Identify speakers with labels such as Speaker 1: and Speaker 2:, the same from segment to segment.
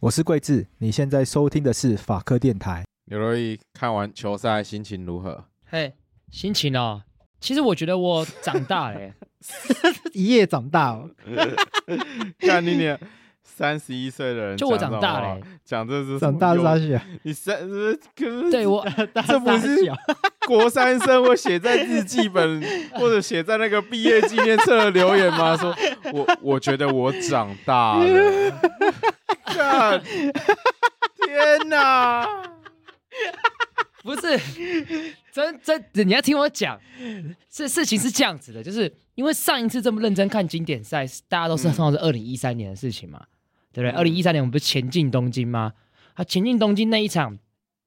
Speaker 1: 我是桂智，你现在收听的是法科电台。
Speaker 2: 刘若英看完球赛心情如 何？
Speaker 3: 嘿，心情哦，其实我觉得我长大 了耶，
Speaker 4: 一夜长大、哦，
Speaker 2: 看你俩三十一岁的人，
Speaker 3: 就我长大了耶，欸
Speaker 2: 讲这是什
Speaker 4: 长
Speaker 2: 么
Speaker 4: 大是啥
Speaker 2: 幼
Speaker 4: 小？
Speaker 2: 你三十可是
Speaker 3: 对我
Speaker 4: 大
Speaker 2: 这不是
Speaker 4: 傻小
Speaker 2: 国三生会写在日记本或者写在那个毕业纪念册的留言吗？说我我觉得我长大了，干天哪！
Speaker 3: 不是，真真，你要听我讲，这事情是这样子的，就是因为上一次这么认真看经典赛，大家都是
Speaker 2: 嗯
Speaker 3: 通常是二零一三年的事情嘛，对不对？二零一三年我们不是前进东京吗？啊，前进东京那一场，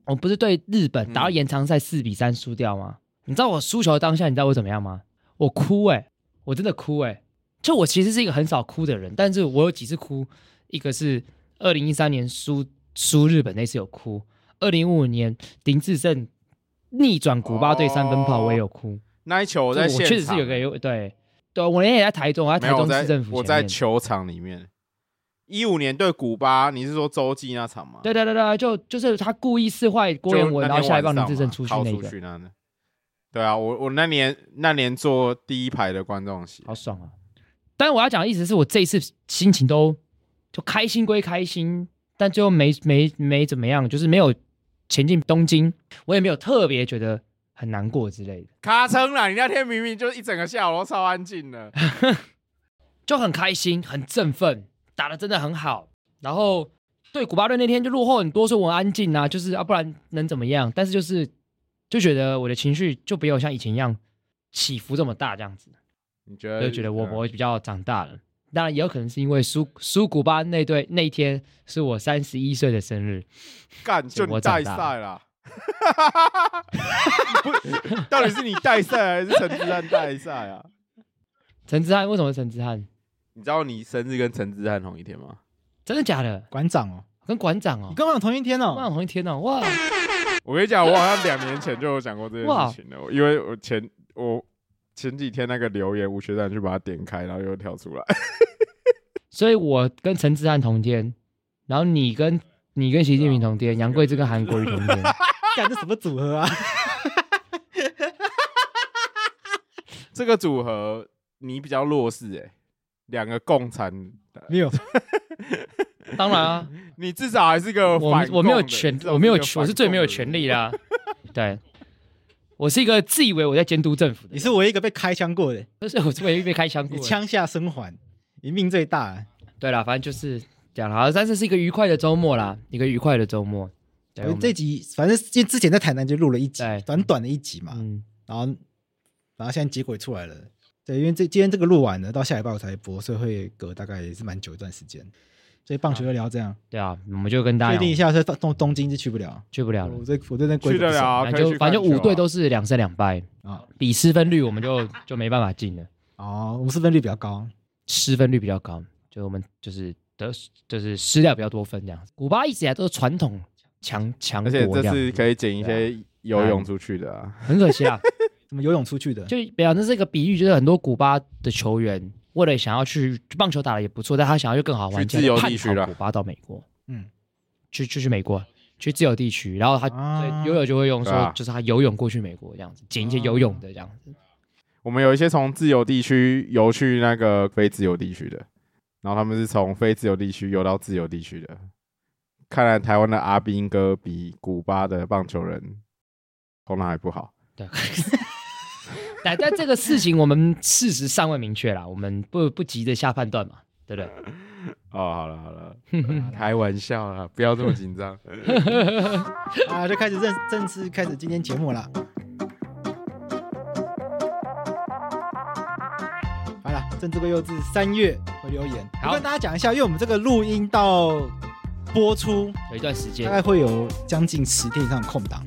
Speaker 3: 我们不是对日本打到
Speaker 2: 嗯
Speaker 3: 延长赛四比三输掉吗？你知道我输球的当下，你知道我怎么样吗？我哭哎、我真的哭哎、就我其实是一个很少哭的人，但是我有几次哭，一个是二零一三年输输日本那次有哭，二零一五年林志胜逆转古巴队三分炮
Speaker 2: 哦
Speaker 3: 我也有哭，
Speaker 2: 那一球我
Speaker 3: 我
Speaker 2: 在现
Speaker 3: 我
Speaker 2: 场，
Speaker 3: 确实是有个有对对，我那天也在台中，我在
Speaker 2: 没
Speaker 3: 台
Speaker 2: 有我
Speaker 3: 中
Speaker 2: 在
Speaker 3: 市政府
Speaker 2: 我
Speaker 3: 前
Speaker 2: 在
Speaker 3: 面
Speaker 2: 球场里面。一五年对古巴，你是说洲际那场吗？
Speaker 3: 对对对对，就就是他故意试坏
Speaker 2: 就
Speaker 3: 郭彦文，
Speaker 2: 那
Speaker 3: 然后
Speaker 2: 天
Speaker 3: 下一
Speaker 2: 晚
Speaker 3: 棒
Speaker 2: 上
Speaker 3: 林志胜
Speaker 2: 嘛
Speaker 3: 出去
Speaker 2: 掏
Speaker 3: 那
Speaker 2: 出
Speaker 3: 个，
Speaker 2: 去那呢对啊，我我那年那年坐第一排的观众席，
Speaker 3: 好爽啊！但我要讲的意思是我这一次心情都就开心归开心，但最后没没没怎么样，就是没有前进东京，我也没有特别觉得很难过之类的，
Speaker 2: 咔称啦！你那天明明就一整个下午都超安静 的，
Speaker 3: 就很开心，很振奋，打的真的很好。然后对古巴队那天就落后很多，所以我很安静啊，就是啊，不然能怎么样？但是就是就觉得我的情绪就没有像以前一样起伏这么大，这样子。
Speaker 2: 你觉得？
Speaker 3: 就觉得我
Speaker 4: 啊
Speaker 2: 嗯
Speaker 3: 我比较长大了。当然也有可能是因为苏苏古巴那对那一天是我三十一岁的生日，
Speaker 2: 干就你
Speaker 3: 我长
Speaker 2: 带
Speaker 3: 大
Speaker 2: 赛 啦。 不到底是你带赛还是陈志汉带赛啊？
Speaker 3: 陈之翰为什么是陈之翰？
Speaker 2: 你知道你生日跟陈志汉同一天吗？
Speaker 3: 真的假的？
Speaker 4: 馆长哦，
Speaker 3: 跟馆长哦
Speaker 4: 你，跟我同一天
Speaker 3: 馆长
Speaker 4: 哦，
Speaker 3: 同一天哦，哇！
Speaker 2: 我跟你讲，我好像两年前就有讲过这件
Speaker 3: 哇
Speaker 2: 事情了，因为我前我前几天那个留言，吴学长去把它点开，然后又跳出来。
Speaker 3: 所以我跟陈之翰同天，然后你跟你跟习近平
Speaker 2: 啊
Speaker 3: 同天，杨贵志跟韩国瑜同 天，
Speaker 4: 干这什么组合啊？
Speaker 2: 这个组合你比较弱势哎、两个共产，
Speaker 4: 没有，
Speaker 3: 当然啊，
Speaker 2: 你至少还是个
Speaker 3: 我
Speaker 2: 反
Speaker 3: 我没有
Speaker 2: 共的
Speaker 3: 权
Speaker 2: 你，至少
Speaker 3: 我没有
Speaker 2: 是个
Speaker 3: 权，我
Speaker 2: 反
Speaker 3: 是最没有
Speaker 2: 共的
Speaker 3: 权
Speaker 2: 人
Speaker 3: 利 啦。对，我是一个自以为我在监督政府的
Speaker 4: 你
Speaker 3: 人，
Speaker 4: 是唯一一个被开枪过的，
Speaker 3: 就是 我是唯一被开枪过
Speaker 4: 你
Speaker 3: 的。
Speaker 4: 枪下生还，你命最大。啊
Speaker 3: 对啦，反正就是这样啦。好但是是一个愉快的周末啦，一个愉快的周末。对，
Speaker 4: 我们
Speaker 3: 我们
Speaker 4: 哎这集反正因为之前在台南就录了一集
Speaker 3: 对，
Speaker 4: 短短的一集嘛，
Speaker 3: 嗯，
Speaker 4: 然后然后现在结果也出来了。对，因为这今天这个录完了，到下礼拜我才播，所以会隔大概也是蛮久一段时间。所以棒球就聊这样，
Speaker 3: 对啊，我们就跟大
Speaker 4: 确
Speaker 3: 家
Speaker 4: 定一
Speaker 3: 讲
Speaker 4: 下是东东京就去不了。
Speaker 3: 去不了了
Speaker 4: 我，这我这那规
Speaker 2: 去
Speaker 4: 则
Speaker 2: 得
Speaker 4: 不
Speaker 2: 了
Speaker 4: 行
Speaker 2: 啊，
Speaker 3: 反
Speaker 2: 可以
Speaker 3: 正
Speaker 2: 去
Speaker 3: 就反正
Speaker 2: 看球
Speaker 3: 五队
Speaker 2: 啊
Speaker 3: 都是两胜两败，
Speaker 4: 啊。
Speaker 3: 比失分率我们就就没办法进了，
Speaker 4: 哦，我们失分率比较高，
Speaker 3: 失分率比较高，就我们就是得就是失掉比较多分这样子。古巴一直以来都是传统强强
Speaker 2: 而且这
Speaker 3: 国这样
Speaker 2: 次
Speaker 3: 子，啊
Speaker 2: 可以捡一些游泳出去的啊。
Speaker 3: 很可惜啊。
Speaker 4: 怎么游泳出去的？
Speaker 3: 就没有，那是一个比喻，就是很多古巴的球员为了想要去棒球打的也不错，但他想要去更好玩，
Speaker 2: 去自由
Speaker 3: 就
Speaker 2: 地区
Speaker 3: 叛逃
Speaker 2: 了
Speaker 3: 古巴到美国，
Speaker 4: 嗯，
Speaker 3: 去去去美国，去自由地区，然后他、
Speaker 4: 啊
Speaker 3: 所以游泳就会用
Speaker 2: 对
Speaker 3: 说
Speaker 2: 啊，
Speaker 3: 就是他游泳过去美国这样子，捡一些游泳的这样子，
Speaker 2: 我们有一些从自由地区游去那个非自由地区的，然后他们是从非自由地区游到自由地区的。看来台湾的阿兵哥比古巴的棒球人投篮还不好。
Speaker 3: 对。 但但这个事情我们事实尚未明确啦，我们不不急着下判断嘛，对不对？
Speaker 2: 哦，好了好了，开玩笑啦，不要这么紧 张。
Speaker 4: 啊，就开始正正式开始今天节目了。好了，政治归幼稚，三月会留言。
Speaker 3: 好
Speaker 4: 我跟大家讲一下，因为我们这个录音到播出
Speaker 3: 有一段时间
Speaker 4: 大，概会有将近十天以上的空档，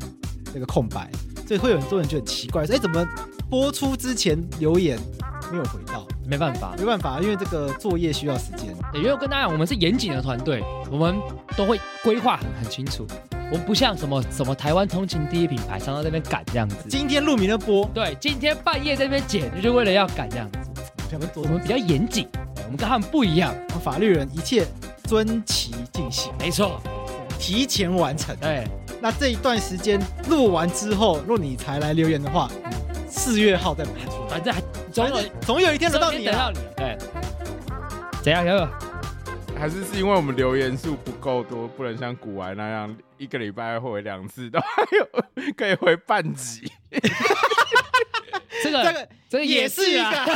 Speaker 4: 这个空白，所以会有很多人觉得很奇怪，说哎，怎么播出之前留言没有回到？
Speaker 3: 没办法，
Speaker 4: 没办法，因为这个作业需要时间。
Speaker 3: 对因为我跟大家讲，我们是严谨的团队，我们都会规划很很清楚，我们不像什么什么台湾通勤第一品牌，常常在那边赶这样子。
Speaker 4: 今天录明的播，
Speaker 3: 对，今天半夜在那边剪，就是为了要赶这样子。
Speaker 4: 想不
Speaker 3: 我们比较严谨，对我们跟他们不一样。
Speaker 4: 较法律人一切遵其进行，
Speaker 3: 没错，
Speaker 4: 提前完成。
Speaker 3: 对，
Speaker 4: 那这一段时间录完之后，若你才来留言的话，四月号再播出来。
Speaker 3: 啊反正还总有
Speaker 4: 总有一天轮到你啊
Speaker 3: 等到
Speaker 4: 了。
Speaker 3: 你了。对，怎样？小友？
Speaker 2: 还是是因为我们留言数不够多，不能像古玩那样一个礼拜回两次，都还有可以回半集。
Speaker 4: 这
Speaker 3: 这个
Speaker 4: 个
Speaker 3: 这个
Speaker 4: 也是一
Speaker 3: 啊。
Speaker 4: 个，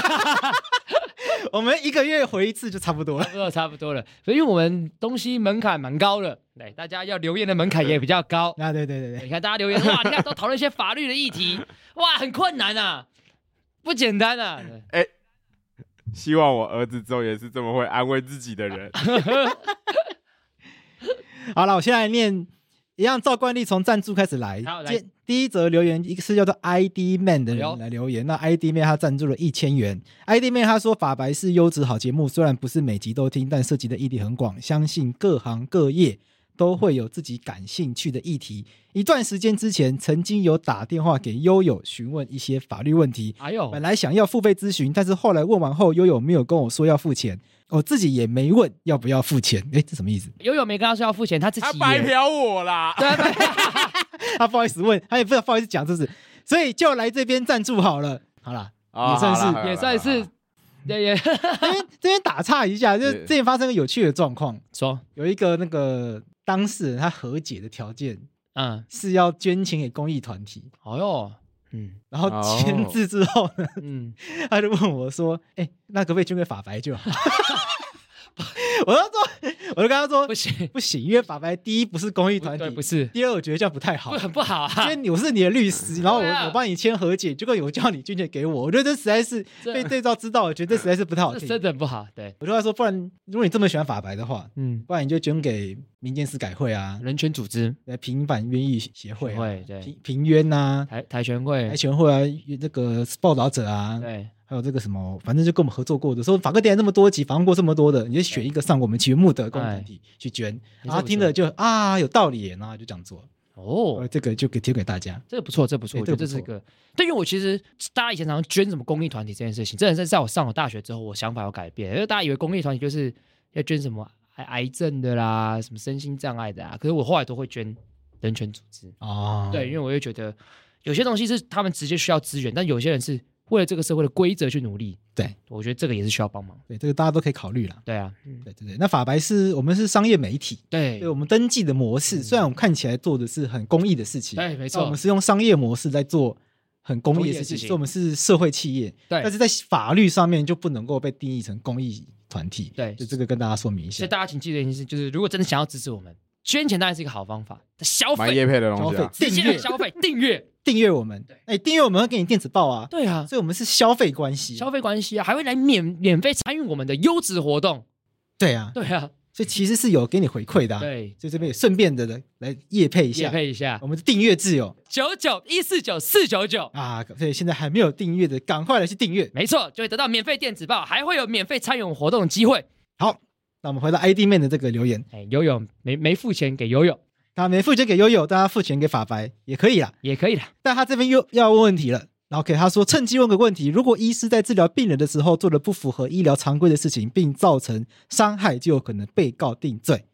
Speaker 4: 我们一个 月回一次就差不多了。
Speaker 3: 差不多差不多了，所以我们东西门槛蛮高的，对，大家要留言的门槛也比较高。
Speaker 4: 啊，对对对对，
Speaker 3: 你看大家留言，哇，你看都讨论一些法律的议题， 哇，很困难啊，不简 单啊。对
Speaker 2: 希望我儿子之后也是这么会安慰自己的人。
Speaker 4: 好了，我现在念一样，照惯例从赞助开始来
Speaker 3: 好。来
Speaker 4: 第第一则留言，一个是叫做 ID Man 的
Speaker 3: 哎呦
Speaker 4: 人来留言。那 ID Man 他赞助了一千元。ID Man 他说法白是优质好节目，虽然不是每集都听，但涉及的议题很广，相信各行各业。都会有自己感兴趣的议题。一段时间之前，曾经有打电话给悠悠询问一些法律问题，
Speaker 3: 哎呦，
Speaker 4: 本来想要付费咨询，但是后来问完后，悠悠没有跟我说要付钱，我自己也没问要不要付钱。诶，这什么意思？
Speaker 3: 悠悠没跟他说要付钱，他自己
Speaker 2: 他
Speaker 3: 也
Speaker 2: 白嫖我啦！
Speaker 3: 对白嫖
Speaker 4: 他不好意思问，他也不好意思讲，是不是？所以就来这边赞助好了。好啦，
Speaker 2: 啊
Speaker 4: 也算是
Speaker 2: 好啦好啦
Speaker 3: 也
Speaker 2: 好
Speaker 3: 算
Speaker 2: 啦
Speaker 3: 是
Speaker 2: 好啦，
Speaker 3: 也 也
Speaker 4: 这边这边打岔一下，就是
Speaker 2: 是
Speaker 4: 之前发生个有趣的状况，
Speaker 3: 说，
Speaker 4: 有一个那个当事人他和解的条件
Speaker 3: 嗯，
Speaker 4: 是要捐钱给公益团体，
Speaker 3: 哎呦，嗯
Speaker 4: 然后
Speaker 2: 哦
Speaker 4: 签字之后呢，
Speaker 3: 嗯，
Speaker 4: 他就问我说：“哎、那可不可以捐给法白就好？” 我就说，我就跟他说
Speaker 3: 不行，
Speaker 4: 不行，因为法白 第一不是公益团
Speaker 3: 对，不
Speaker 4: 体，
Speaker 3: 是，
Speaker 4: 第二我觉得这样不太好
Speaker 3: 不。很不好
Speaker 4: 因
Speaker 3: 啊
Speaker 4: 为，你我是你的律 师，然后我
Speaker 3: 对啊
Speaker 4: 我帮你签和解，结果有叫你捐钱给我，我觉得这实在是
Speaker 3: 这
Speaker 4: 被对照知道，我觉得这实在是不太好
Speaker 3: 这
Speaker 4: 听。
Speaker 3: 真的不好，对，
Speaker 4: 我就跟他说，不然如果你这么喜欢法白的话，
Speaker 3: 嗯，
Speaker 4: 不然你就捐给民间司改会啊，
Speaker 3: 人权组织
Speaker 4: 来平反冤狱协会啊，
Speaker 3: 会对
Speaker 4: 平平冤呐、
Speaker 3: 台台拳会
Speaker 4: 台，全会啊，那个报道者啊，
Speaker 3: 对，
Speaker 4: 还有这个什么，反正就跟我们合作过的，说法克电台那么多集，访问过这么多的，你就选一个上我们节目的公益团体去捐，然后
Speaker 3: 不
Speaker 4: 听
Speaker 3: 哎错
Speaker 4: 了就啊有道理耶，然后就这样做，
Speaker 3: 哦
Speaker 4: 呃，，这个就给贴给大家。
Speaker 3: 这个不错，这个不错，
Speaker 4: 对
Speaker 3: 我觉得
Speaker 4: 这
Speaker 3: 这
Speaker 4: 个
Speaker 3: 是
Speaker 4: 不
Speaker 3: 一个。对，因为我其实大家以前常常捐什么公益团体这件事情，真的是在我上了大学之后，我想法有改变。因为大家以为公益团体就是要捐什么癌癌症的啦，什么身心障碍的啊，可是我后来都会捐人权组织。
Speaker 4: 哦，
Speaker 3: 对，因为我会觉得有些东西是他们直接需要资源，但有些人是为了这个社会的规则去努力。
Speaker 4: 对，
Speaker 3: 我觉得这个也是需要帮忙。
Speaker 4: 对，这个大家都可以考虑啦。
Speaker 3: 对啊，嗯，
Speaker 4: 对对对，那法白是我们是商业媒体，
Speaker 3: 对嗯
Speaker 4: 对，我们登记的模式，虽然我们看起来做的是很公益的事情，
Speaker 3: 对，没
Speaker 4: 但哦我
Speaker 3: 错
Speaker 4: 们，是用商业模式在做很公益的事
Speaker 3: 公益的事
Speaker 4: 情，
Speaker 3: 情
Speaker 4: 所以我们是社会企业，
Speaker 3: 对
Speaker 4: 但是在法律上面就不能够被定义成公益团体，
Speaker 3: 对
Speaker 4: 就这个跟大家说明一
Speaker 3: 所
Speaker 4: 下
Speaker 3: 以。大家请记得一件事，就是如果真的想要支持我们，捐钱当然是一个好方法，但消
Speaker 2: 买
Speaker 3: 费
Speaker 2: 叶配的
Speaker 4: 消
Speaker 2: 东西
Speaker 4: 费
Speaker 2: 啊。
Speaker 3: 直接
Speaker 4: 订阅
Speaker 3: 消费订阅，
Speaker 4: 订阅我们
Speaker 3: 对，
Speaker 4: 哎，订阅我们会给你电子报啊，
Speaker 3: 对啊，
Speaker 4: 所以我们是消费关系，
Speaker 3: 消费关系啊，还会来免免费参与我们的优质活动。
Speaker 4: 对啊，
Speaker 3: 对啊，
Speaker 4: 所以其实是有给你回馈的、啊，，
Speaker 3: 对，
Speaker 4: 所以这边也顺便的来来业配一
Speaker 3: 也
Speaker 4: 下，
Speaker 3: 配一下
Speaker 4: 我们的订阅制有
Speaker 3: 九九一四九四九九，
Speaker 4: 啊，所以现在还没有订阅的，赶快来去订阅。
Speaker 3: 没错，就会得到免费电子报，还会有免费参与我们活动的机会。
Speaker 4: 好，那我们回到 ID 面的这个留言，
Speaker 3: 哎，游泳没没付钱给游泳
Speaker 4: 他没付钱给悠悠，大家付钱给法白也可以啦。啊
Speaker 3: 也可以的，
Speaker 4: 但他这边又要问问题了。然后给他说，趁机问个问题：如果医师在治疗病人的时候做了不符合医疗常规的事情，并造成伤害，就有可能被告定罪。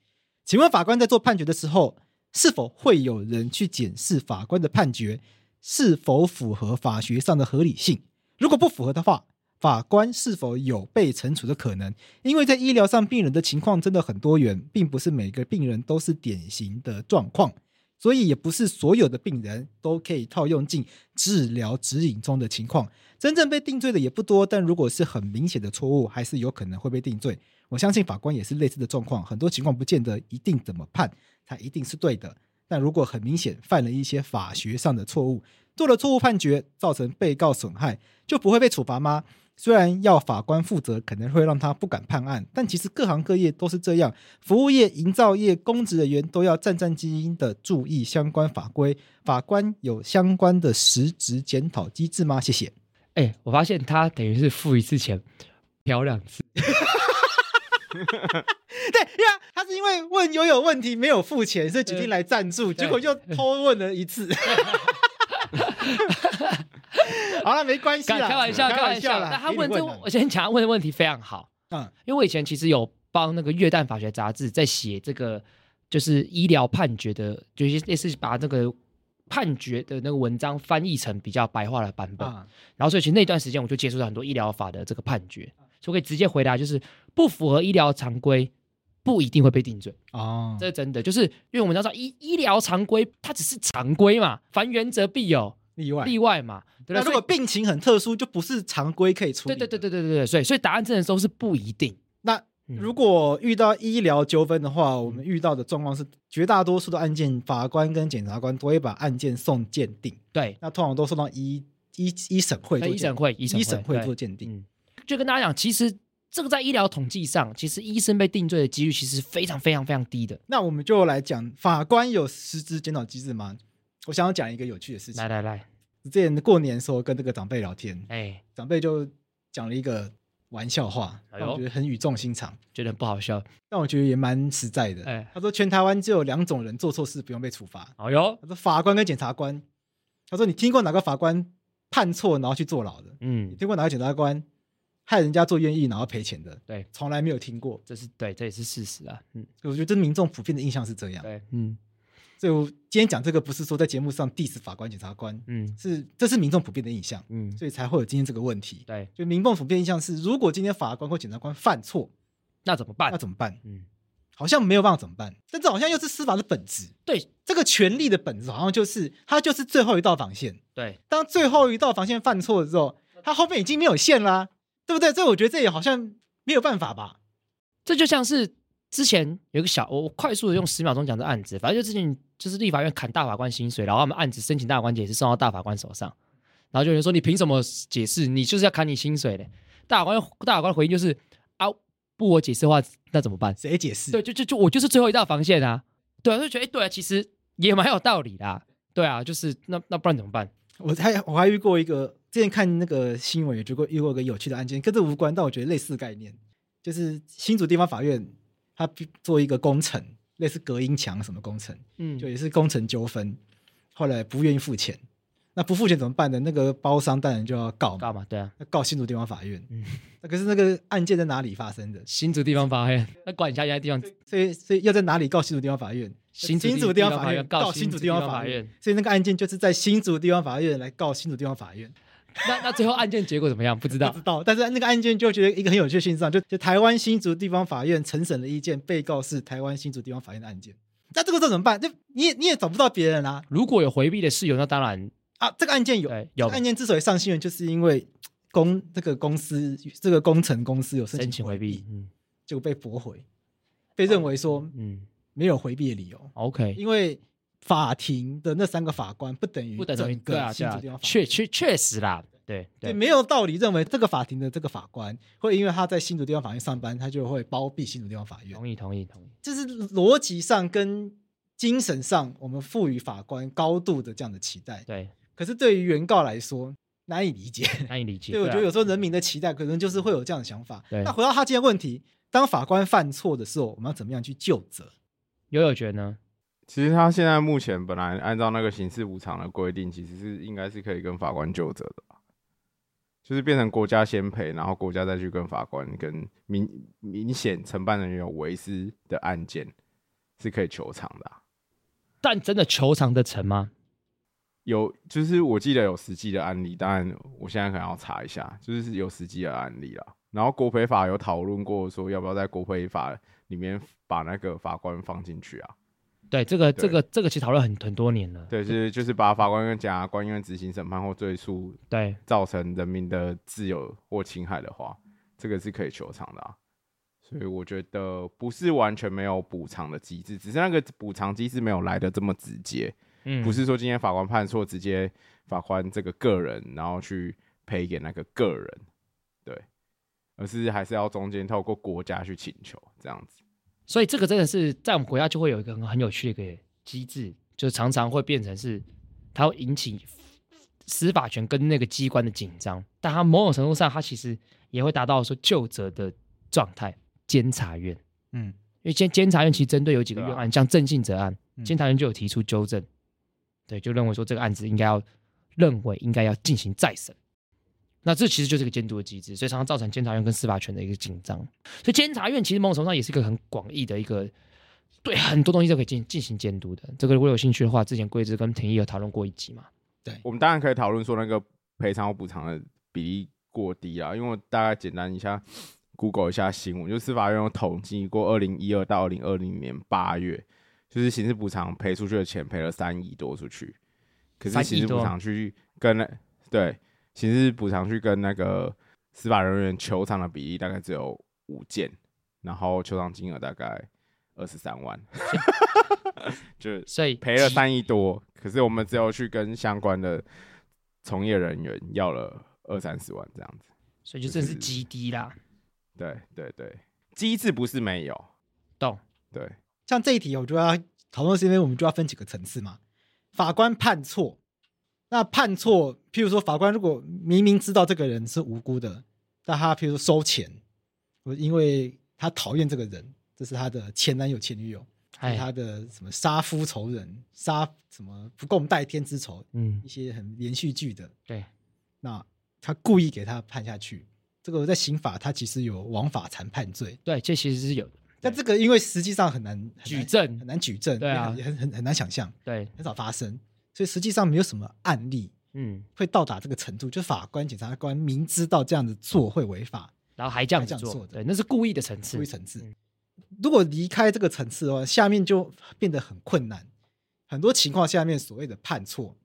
Speaker 4: 请问法官在做判决的时候，是否会有人去检视法官的判决是否符合法学上的合理性？如果不符合的话，法官是否有被惩处的可能？因为在医疗上，病人的情况真的很多元，并不是每个病人都是典型的状况。所以也不是所有的病人都可以套用进治疗指引中的情况。真正被定罪的也不多，但如果是很明显的错误，还是有可能会被定罪。我相信法官也是类似的状况，很多情况不见得一定怎么判，他一定是对的。但如果很明显犯了一些法学上的错误，做了错误判决，造成被告损害，就不会被处罚吗？虽然要法官负责，可能会让他不敢判案，但其实各行各业都是这样，服务业、营造业、公职人员都要战战兢兢的注意相关法规。法官有相关的实质检讨机制吗？谢谢。
Speaker 3: 哎、我发现他等于是付一次钱，嫖两次。
Speaker 4: 对呀，他是因为问有有问题没有付钱，所以决定来赞助，结果又偷问了一次。好了，没关系
Speaker 3: 干
Speaker 4: 啦，
Speaker 3: 开玩笑，
Speaker 4: 啊开
Speaker 3: 开玩
Speaker 4: 笑
Speaker 3: 笑。
Speaker 4: 啦。
Speaker 3: 但他
Speaker 4: 给你
Speaker 3: 问这，
Speaker 4: 啊
Speaker 3: 我先讲，他问的问题非常好。
Speaker 4: 嗯
Speaker 3: 因为我以前其实有帮那个《越旦法学杂志》在写这个，就是医疗判决的，就是类似把那个判决的那个文章翻译成比较白话的版本。
Speaker 4: 啊，
Speaker 3: 然后所以其实那段时间我就接触到很多医疗法的这个判决，所以我可以直接回答，就是不符合医疗常规。不一定会被定罪，
Speaker 4: 哦，
Speaker 3: 这是真的。就是因为我们要知道医医疗常规，它只是常规嘛，凡原则必有
Speaker 4: 例外。
Speaker 3: 例外嘛，对
Speaker 4: 那
Speaker 3: 吧？
Speaker 4: 如
Speaker 3: 所以
Speaker 4: 果病情很特殊，就不是常规可以处理。
Speaker 3: 对对对。对对对对，所以所以答案真的都是不一定。
Speaker 4: 那
Speaker 3: 嗯
Speaker 4: 如果遇到医疗纠纷的话，我们遇到的状况是，绝大多数的案件，法官跟检察官都会把案件送鉴定，
Speaker 3: 对，
Speaker 4: 那通常都送到医医医审会做鉴定，
Speaker 3: 那哎医审会医审
Speaker 4: 医审会
Speaker 3: 对
Speaker 4: 做鉴定。
Speaker 3: 嗯，就跟大家讲，其实这个在医疗统计上，其实医生被定罪的几率其实非常非常非常低的。
Speaker 4: 那我们就来讲，法官有实质检讨机制吗？我想要讲一个有趣的事情
Speaker 3: 来。来来，
Speaker 4: 之前过年的时候跟这个长辈聊天，
Speaker 3: 哎，
Speaker 4: 长辈就讲了一个玩笑话，
Speaker 3: 哎
Speaker 4: 让我
Speaker 3: 呦
Speaker 4: 觉得很语重心长，
Speaker 3: 觉得很不好笑。
Speaker 4: 但我觉得也蛮实在的。
Speaker 3: 哎
Speaker 4: 他说，全台湾只有两种人做错事不用被处罚，
Speaker 3: 好哟，
Speaker 4: 他说法官跟检察官。他说，你听过哪个法官判错然后去坐牢的？你
Speaker 3: 嗯，
Speaker 4: 听过哪个检察官害人家做冤狱然后赔钱的？
Speaker 3: 对
Speaker 4: 从来没有听过。
Speaker 3: 这是对，这也是事实啊。嗯，
Speaker 4: 我觉得这民众普遍的印象是这样。
Speaker 3: 对，嗯
Speaker 4: 所以我今天讲这个不是说在节目上 diss 法官、检察官，
Speaker 3: 嗯
Speaker 4: 是这是民众普遍的印象，
Speaker 3: 嗯，
Speaker 4: 所以才会有今天这个问题。
Speaker 3: 对，
Speaker 4: 就民众普遍印象是，如果今天法官或检察官犯错，
Speaker 3: 那怎么办
Speaker 4: 那？怎么办？
Speaker 3: 嗯，
Speaker 4: 好像没有办法怎么办？但这好像又是司法的本质，
Speaker 3: 对
Speaker 4: 这个权利的本质好像就是它就是最后一道防线。
Speaker 3: 对，
Speaker 4: 当最后一道防线犯错的时候，它后面已经没有线啦、对不对？所以我觉得这也好像没有办法吧。
Speaker 3: 这就像是之前有一个小，我我快速的用十秒钟讲这案子，反正就之前就是立法院砍大法官薪水，然后他们案子申请大法官解释送到大法官手上，然后就有人说你凭什么解释？你就是要砍你薪水嘞！大法官大法官的回应就是啊，不我解释的话那怎么办？
Speaker 4: 谁解释？
Speaker 3: 对，就就就我就是最后一道防线啊！对啊，就觉得哎，对啊，其实也蛮有道理啦。对啊，就是那那不然怎么办？
Speaker 4: 我还我还遇过一个，之前看那个新闻，有遇过遇过一个有趣的案件，跟这无关，但我觉得类似概念，就是新竹地方法院它做一个工程，类似隔音墙什么工程，
Speaker 3: 嗯，
Speaker 4: 就也是工程纠纷，后来不愿意付钱，那不付钱怎么办呢？那个包商当然就要告嘛，
Speaker 3: 干嘛？对啊，
Speaker 4: 要告新竹地方法院。
Speaker 3: 嗯
Speaker 4: 那可是那个案件在哪里发生的？
Speaker 3: 新竹地方法院，那管一下其他地方
Speaker 4: 所以所以要在哪里告新竹地方法院？
Speaker 3: 新竹地
Speaker 4: 竹地方
Speaker 3: 地方法
Speaker 4: 院
Speaker 3: 院告
Speaker 4: 新竹
Speaker 3: 新竹地
Speaker 4: 方
Speaker 3: 方法
Speaker 4: 院
Speaker 3: 院，
Speaker 4: 所以那个案件就是在新竹地方法院来告新竹地方法院。
Speaker 3: 那那最后案件结果怎么样？不知
Speaker 4: 不
Speaker 3: 道
Speaker 4: 知。道，但是那个案件就觉得一个很有趣的现象，就就台湾新竹地方法院承审的意见，被告是台湾新竹地方法院的案件。那这个时候怎么办？就你也你也找不到别人啦、
Speaker 3: 如果有回避的事由，那当然
Speaker 4: 啊！这个案件有，
Speaker 3: 对有
Speaker 4: 这个案件之所以上新闻，就是因为公这个公司这个工程公司有申
Speaker 3: 申
Speaker 4: 请
Speaker 3: 请
Speaker 4: 回
Speaker 3: 回
Speaker 4: 避
Speaker 3: 避，，嗯
Speaker 4: 就被驳回，被认为说
Speaker 3: 嗯
Speaker 4: 没有回避的理由，
Speaker 3: ，OK，
Speaker 4: 因为法庭的那三个法官不等于
Speaker 3: 不等同于
Speaker 4: 整
Speaker 3: 对
Speaker 4: 个
Speaker 3: 啊，对
Speaker 4: 新竹
Speaker 3: 啊
Speaker 4: 地方，法
Speaker 3: 确
Speaker 4: 院。
Speaker 3: 确确实啦，对
Speaker 4: 对，
Speaker 3: 对，
Speaker 4: 没有道理认为这个法庭的这个法官会因为他在新竹地方法院上班，他就会包庇新竹地方法院。
Speaker 3: 同意同意同意，
Speaker 4: 就是逻辑上跟精神上，我们赋予法官高度的这样的期待，
Speaker 3: 对，
Speaker 4: 可是对于原告来说难以理解。
Speaker 3: 难 以理解。
Speaker 4: 对，我觉得有
Speaker 3: 啊
Speaker 4: 时候人民的期待可能就是会有这样的想法。
Speaker 3: 对
Speaker 4: 那回到他今天的问题，当法官犯错的时候，我们要怎么样去就责？
Speaker 3: 有有觉得呢，
Speaker 2: 其实他现在目前本来按照那个刑事无偿的规定，其实是应该是可以跟法官就责的吧，就是变成国家先赔，然后国家再去跟法官跟明明显承办人员有违私的案件是可以求偿的啊、
Speaker 3: 但真的球场的成吗？
Speaker 2: 有就是我记得有实际的案例，当然我现在可能要查一下，就是有实际的案例啦。然后国赔法有讨论过说要不要在国赔法里面把那个法官放进去啊。
Speaker 3: 对，这个
Speaker 2: 对
Speaker 3: 这个这个其实讨论很很多年了。
Speaker 2: 对，就是就是把法官跟检察官因为执行审判或追诉
Speaker 3: 对
Speaker 2: 造成人民的自由或侵害的话，这个是可以求偿的、啊。所以我觉得不是完全没有补偿的机制，只是那个补偿机制没有来的这么直接。
Speaker 3: 嗯，
Speaker 2: 不是说今天法官判错，直接法官这个个人，然后去赔给那个个人。对，而是还是要中间透过国家去请求这样子。
Speaker 3: 所以这个真的是在我们国家就会有一个很很有趣的一个机制，就是常常会变成是它会引起司法权跟那个机关的紧张，但它某种程度上，它其实也会达到说就责的状态。监察院，
Speaker 4: 嗯，
Speaker 3: 因为监监察院其实针对有几个
Speaker 2: 对啊
Speaker 3: 冤案，像郑信哲案，
Speaker 4: 嗯
Speaker 3: 监察院就有提出纠正，对，就认为说这个案子应该要认为应该要进行再审。那这其实就是一个监督的机制，所以常常造成监察院跟司法权的一个紧张。所以监察院其实某种程度上也是一个很广义的一个，对很多东西都可以进进行监督的。这个如果有兴趣的话，之前桂枝跟廷义有讨论过一集嘛。
Speaker 2: 我们当然可以讨论说那个赔偿或补偿的比例过低啦，因为我大概简单一下 Google 一下新闻，就司法院有统计过，二零一二到二零二零年八月，就是刑事补偿赔出去的钱赔了三亿多出去，可是
Speaker 3: 3亿
Speaker 2: 刑事补
Speaker 3: 多
Speaker 2: 偿去跟那对刑事补偿去跟那个司法人员求偿的比例大概只有五件，然后求偿金额大概二十三万， 就是
Speaker 3: 所以
Speaker 2: 赔了三亿多，可是我们只有去跟相关的从业人员要了二三十万这样子。
Speaker 3: 所以就真的是极低啦。
Speaker 2: 对对对，机制不是没有，
Speaker 3: 懂？
Speaker 2: 对，
Speaker 4: 像这一题，我就要讨论，是因为我们就要分几个层次嘛。法官判错，那判错，譬如说法官如果明明知道这个人是无辜的，但他譬如说收钱，我因为他讨厌这个人，这是他的前男友、前女友，
Speaker 3: 哎，
Speaker 4: 他的什么杀夫仇人、杀什么不共戴天之仇，
Speaker 3: 嗯
Speaker 4: 一，些很连续剧的，
Speaker 3: 对，
Speaker 4: 那他故意给他判下去。这个在刑法，他其实有枉法残判罪，
Speaker 3: 对，这其实是有的
Speaker 4: 但这个因为实际上很难很难
Speaker 3: 举证
Speaker 4: 很，难举证，
Speaker 3: 对啊
Speaker 4: 也很很很难想象，
Speaker 3: 对，
Speaker 4: 很少发生，所以实际上没有什么案例
Speaker 3: 嗯，
Speaker 4: 会到达这个程度，就法官、检察官明知道这样子做会违法，
Speaker 3: 然后还这样子
Speaker 4: 还这样
Speaker 3: 做，
Speaker 4: 做的
Speaker 3: 对，那嗯是故意的层次
Speaker 4: 出于。层次。如果离开这个层次的话，下面就变得很困难。很多情况下面所谓的判错，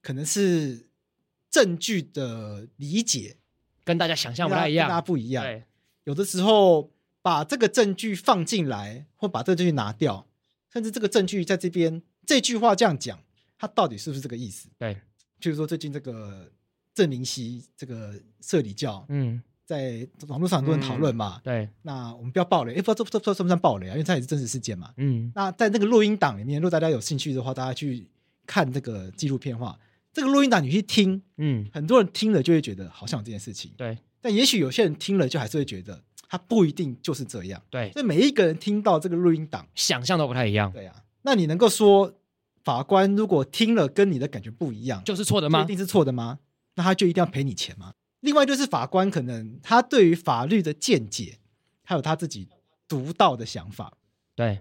Speaker 4: 可能是证据的理解
Speaker 3: 跟大家想象不
Speaker 4: 跟大
Speaker 3: 太
Speaker 4: 家
Speaker 3: 一
Speaker 4: 跟大家
Speaker 3: 样，
Speaker 4: 不一样。
Speaker 3: 对，
Speaker 4: 有的时候把这个证据放进来，或把这个证据拿掉，甚至这个证据在这边这句话这样讲，它到底是不是这个意思？
Speaker 3: 对，
Speaker 4: 譬如说最近这个郑明熙这个社里教，
Speaker 3: 嗯，
Speaker 4: 在网络上很多人讨论嘛，
Speaker 3: 对，
Speaker 4: 那我们不要爆雷，哎，不知道这这这算不算爆雷啊？因为它也是真实事件嘛。
Speaker 3: 嗯，
Speaker 4: 那在那个录音档里面，如果大家有兴趣的话，大家去看这个纪录片的话，这个录音档你去听，
Speaker 3: 嗯，
Speaker 4: 很多人听了就会觉得好像有这件事情，
Speaker 3: 对，
Speaker 4: 但也许有些人听了就还是会觉得他不一定就是这样。
Speaker 3: 对，
Speaker 4: 所以每一个人听到这个录音档，
Speaker 3: 想象都不太一样，
Speaker 4: 对啊，那你能够说法官如果听了跟你的感觉不一样，
Speaker 3: 就是错的
Speaker 4: 就一
Speaker 3: 吗？
Speaker 4: 定是错的吗？那他就一定要赔你钱吗？另外就是法官可能他对于法律的见解，还有他自己独到的想法。
Speaker 3: 对，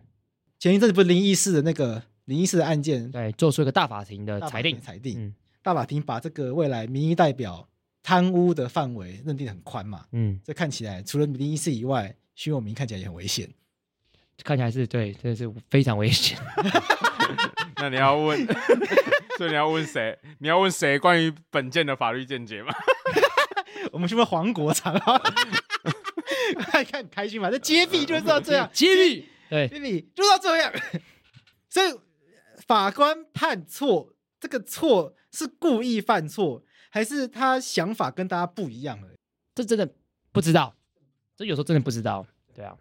Speaker 4: 前一阵子不是林义士的那个林义士的案件，
Speaker 3: 对，做出一个大法庭的
Speaker 4: 大法
Speaker 3: 裁
Speaker 4: 庭
Speaker 3: 定，
Speaker 4: 裁定，
Speaker 3: 嗯
Speaker 4: 大法庭把这个未来民意代表贪污的范围认定得很宽嘛，
Speaker 3: 嗯，
Speaker 4: 这看起来除了林义士以外，徐永明看起来也很危险。
Speaker 3: 看起来是对，这是非常 危险。
Speaker 2: 那你要问， 所以你要问谁？你要问谁关于本件的法律见解吗？
Speaker 4: 我们去问黄国昌， 看看开心嘛，这揭弊就是要 这样，
Speaker 3: 揭秘，对，
Speaker 4: 秘密就是要这样。所以法官判错，这个错是故意犯错，还是他想法跟大家不一样了
Speaker 3: 这真的不知道，这有时候真的不知道，对啊，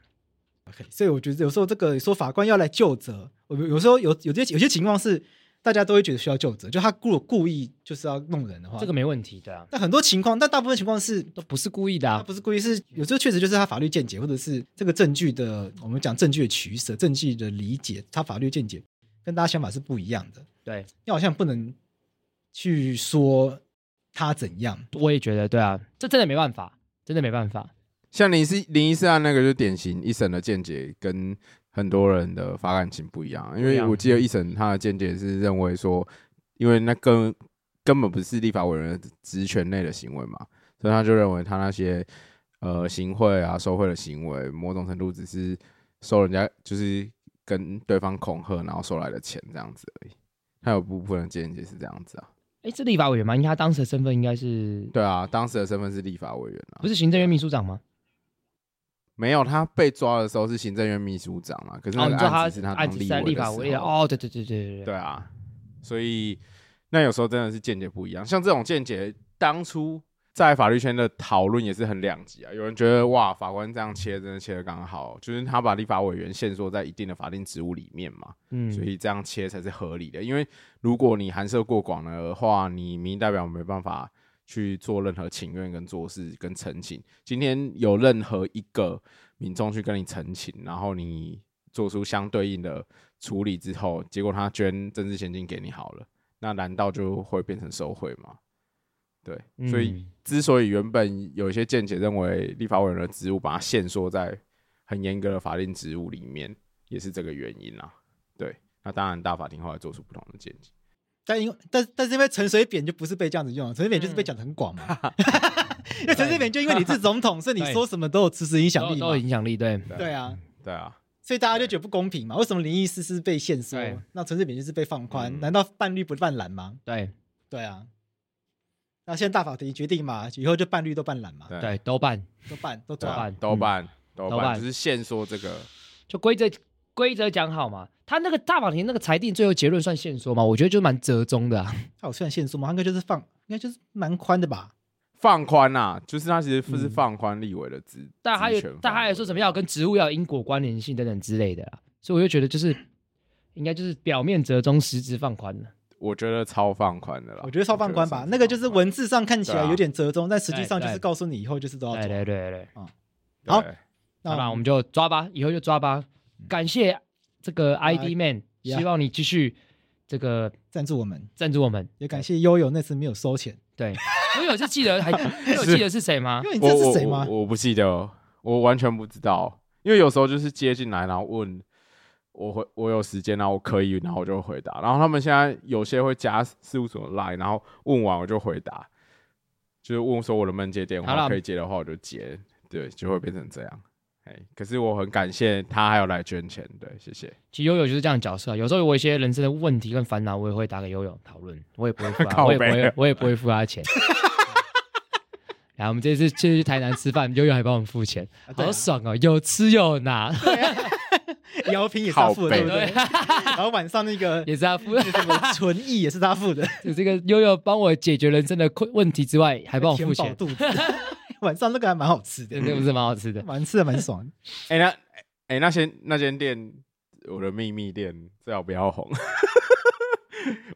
Speaker 4: ？OK，所以我觉得有时候这个说法官要来就责，我有时候有有些有些情况是大家都会觉得需要就责，就他故故意就是要弄人的话，
Speaker 3: 这个没问题，对啊，
Speaker 4: 但很多情况，但大部分情况是
Speaker 3: 都不是故意的
Speaker 4: 他
Speaker 3: 啊，
Speaker 4: 不是故意，是有时候确实就是他法律见解，或者是这个证据的，我们讲证据的取舍、证据的理解，他法律见解跟大家想法是不一样的。
Speaker 3: 对，
Speaker 4: 你好像不能去说他怎样，
Speaker 3: 我也觉得，对啊，这真的没办法，真的没办法，
Speaker 2: 像林是林一四案那个，就典型一审的见解跟很多人的法感情不一样，因
Speaker 3: 不一
Speaker 2: 为
Speaker 3: 样
Speaker 2: 我记得一审他的见解是认为说，因为那根根本不是立法委员的职权内的行为嘛，所以他就认为他那些呃行贿啊、受贿的行为，某种程度只是收人家就是跟对方恐吓，然后收来的钱这样子而已。他有部分的见解是这样子啊，
Speaker 3: 哎，这立法委员嘛，应该他当时的身份应该是
Speaker 2: 对啊，当时的身份是立法委员啊，
Speaker 3: 不是行政院秘书长吗？
Speaker 2: 没有，他被抓的时候是行政院秘书长嘛，可是
Speaker 3: 哦，
Speaker 2: 那
Speaker 3: 你
Speaker 2: 个
Speaker 3: 知道
Speaker 2: 案
Speaker 3: 他
Speaker 2: 子是他
Speaker 3: 案
Speaker 2: 当
Speaker 3: 子
Speaker 2: 立
Speaker 3: 是在立
Speaker 2: 法
Speaker 3: 法
Speaker 2: 委
Speaker 3: 委
Speaker 2: 的时
Speaker 3: 的
Speaker 2: 候，
Speaker 3: 哦，对对对对对
Speaker 2: 对，啊，所以那有时候真的是见解不一样，像这种见解，当初在法律圈的讨论也是很两极啊。有人觉得哇，法官这样切真的切的刚好，就是他把立法委员限缩在一定的法定职务里面嘛，
Speaker 3: 嗯，
Speaker 2: 所以这样切才是合理的。因为如果你含涉过广的话，你民意代表没办法去做任何请愿跟做事跟澄清。今天有任何一个民众去跟你澄清，然后你做出相对应的处理之后，结果他捐政治现金给你好了，那难道就会变成受贿吗？对，所以
Speaker 3: 嗯
Speaker 2: 之所以原本有一些见解认为立法委员的职务把它限缩在很严格的法定职务里面，也是这个原因啦。对，那当然大法庭后来做出不同的见解。
Speaker 4: 但因为但但是因为陈水扁就不是被这样子用啊，陈水扁
Speaker 3: 嗯
Speaker 4: 就是被讲的很广嘛。 因为陈水扁就因为你是总统，所以你说什么都有实质影响
Speaker 3: 都
Speaker 4: 力
Speaker 3: 都有
Speaker 4: 嘛。
Speaker 3: 影响力，嗯对，
Speaker 4: 对啊，
Speaker 2: 对啊，
Speaker 4: 所以大家就觉得不公平嘛。为什么林义思是被限缩
Speaker 3: 对，
Speaker 4: 那陈水扁就是被放宽？
Speaker 2: 嗯
Speaker 4: 难道半绿不半蓝吗？
Speaker 3: 对，
Speaker 4: 对啊。那现在大法庭决定嘛，以后就半绿都半蓝嘛，
Speaker 2: 对
Speaker 3: 对，都办，
Speaker 4: 都半都
Speaker 2: 对
Speaker 4: 抓。
Speaker 2: 啊
Speaker 3: 办嗯
Speaker 2: 豆瓣豆
Speaker 3: 豆
Speaker 2: 瓣
Speaker 3: 瓣
Speaker 2: 就是限缩这个，
Speaker 3: 就规则规则讲好嘛。他那个大法庭那个裁定最后结论算限缩嘛，我觉得就蛮折中的 啊。
Speaker 4: 他有算限缩吗？他应该就是放，应该就是蛮宽的吧。
Speaker 2: 放宽啦、就是他其实是放宽立委的职，
Speaker 3: 嗯但还有
Speaker 2: 职权范
Speaker 3: 但还有说
Speaker 2: 围
Speaker 3: 什么要跟职务要有因果关联性等等之类的啦，所以我就觉得就是应该就是表面折中，实质放宽了。
Speaker 2: 我觉得超放宽
Speaker 3: 哦
Speaker 2: 的啦，
Speaker 4: 我觉得超放宽
Speaker 2: 我
Speaker 4: 吧，
Speaker 2: 觉得
Speaker 4: 那个就是
Speaker 2: 放宽
Speaker 4: 文字上看起来有点折中，但实际上就
Speaker 3: 啊对
Speaker 4: 是
Speaker 3: 对
Speaker 4: 告诉你以后就是都要
Speaker 3: 对
Speaker 4: 做。
Speaker 3: 对对对，
Speaker 2: 对
Speaker 4: 好
Speaker 3: 那
Speaker 4: 那
Speaker 3: 我们嗯就抓吧，以后就抓吧。感谢这个 ID Man，
Speaker 4: Yeah
Speaker 3: 希望你继续这个
Speaker 4: 赞助我们，
Speaker 3: 赞助我们。
Speaker 4: 也感谢悠悠那次没有收钱。
Speaker 3: 对，我有是记得还， 我有记得是谁吗
Speaker 4: 因？为你知道是谁吗
Speaker 2: 我？我我不记得，我完全不知道，因为有时候就是接进来，然后问我回我有时间，然后我可以，然后我就回答。然后他们现在有些会加事务所 line，然后问完我就回答，就是问说我能不能接电
Speaker 3: 好
Speaker 2: 话，
Speaker 3: 啦
Speaker 2: 可以接的话我就接，对，就会变成这样。哎，可是我很感谢他还有来捐钱，对，谢谢。
Speaker 3: 其实悠悠就是这样的角色啊，有时候我有一些人生的问题跟烦恼，我也会打给悠悠讨论，我也不会付他，
Speaker 2: 靠
Speaker 3: 我
Speaker 2: 北
Speaker 3: 也不会，我也不会付他钱。然后我们这次去台南吃饭，悠悠还帮我们付钱，
Speaker 4: 对啊
Speaker 3: 好爽哦，有吃有拿，
Speaker 4: 姚平也是他付的，
Speaker 2: 靠
Speaker 4: 对
Speaker 2: 背
Speaker 4: 不对？然后晚上那 个
Speaker 3: 也是 他付。
Speaker 4: 什么纯艺也是他付的，
Speaker 3: 这个悠悠帮我解决人生的困问题之外，还帮我付
Speaker 4: 填饱
Speaker 3: 钱，
Speaker 4: 肚子。 晚上那个还蛮好吃
Speaker 3: 对，
Speaker 4: 的，
Speaker 3: 那不是蛮好吃的。
Speaker 4: 蛮吃的蛮爽的。
Speaker 2: 哎，那哎那间那间店，我的秘密店最好不要红。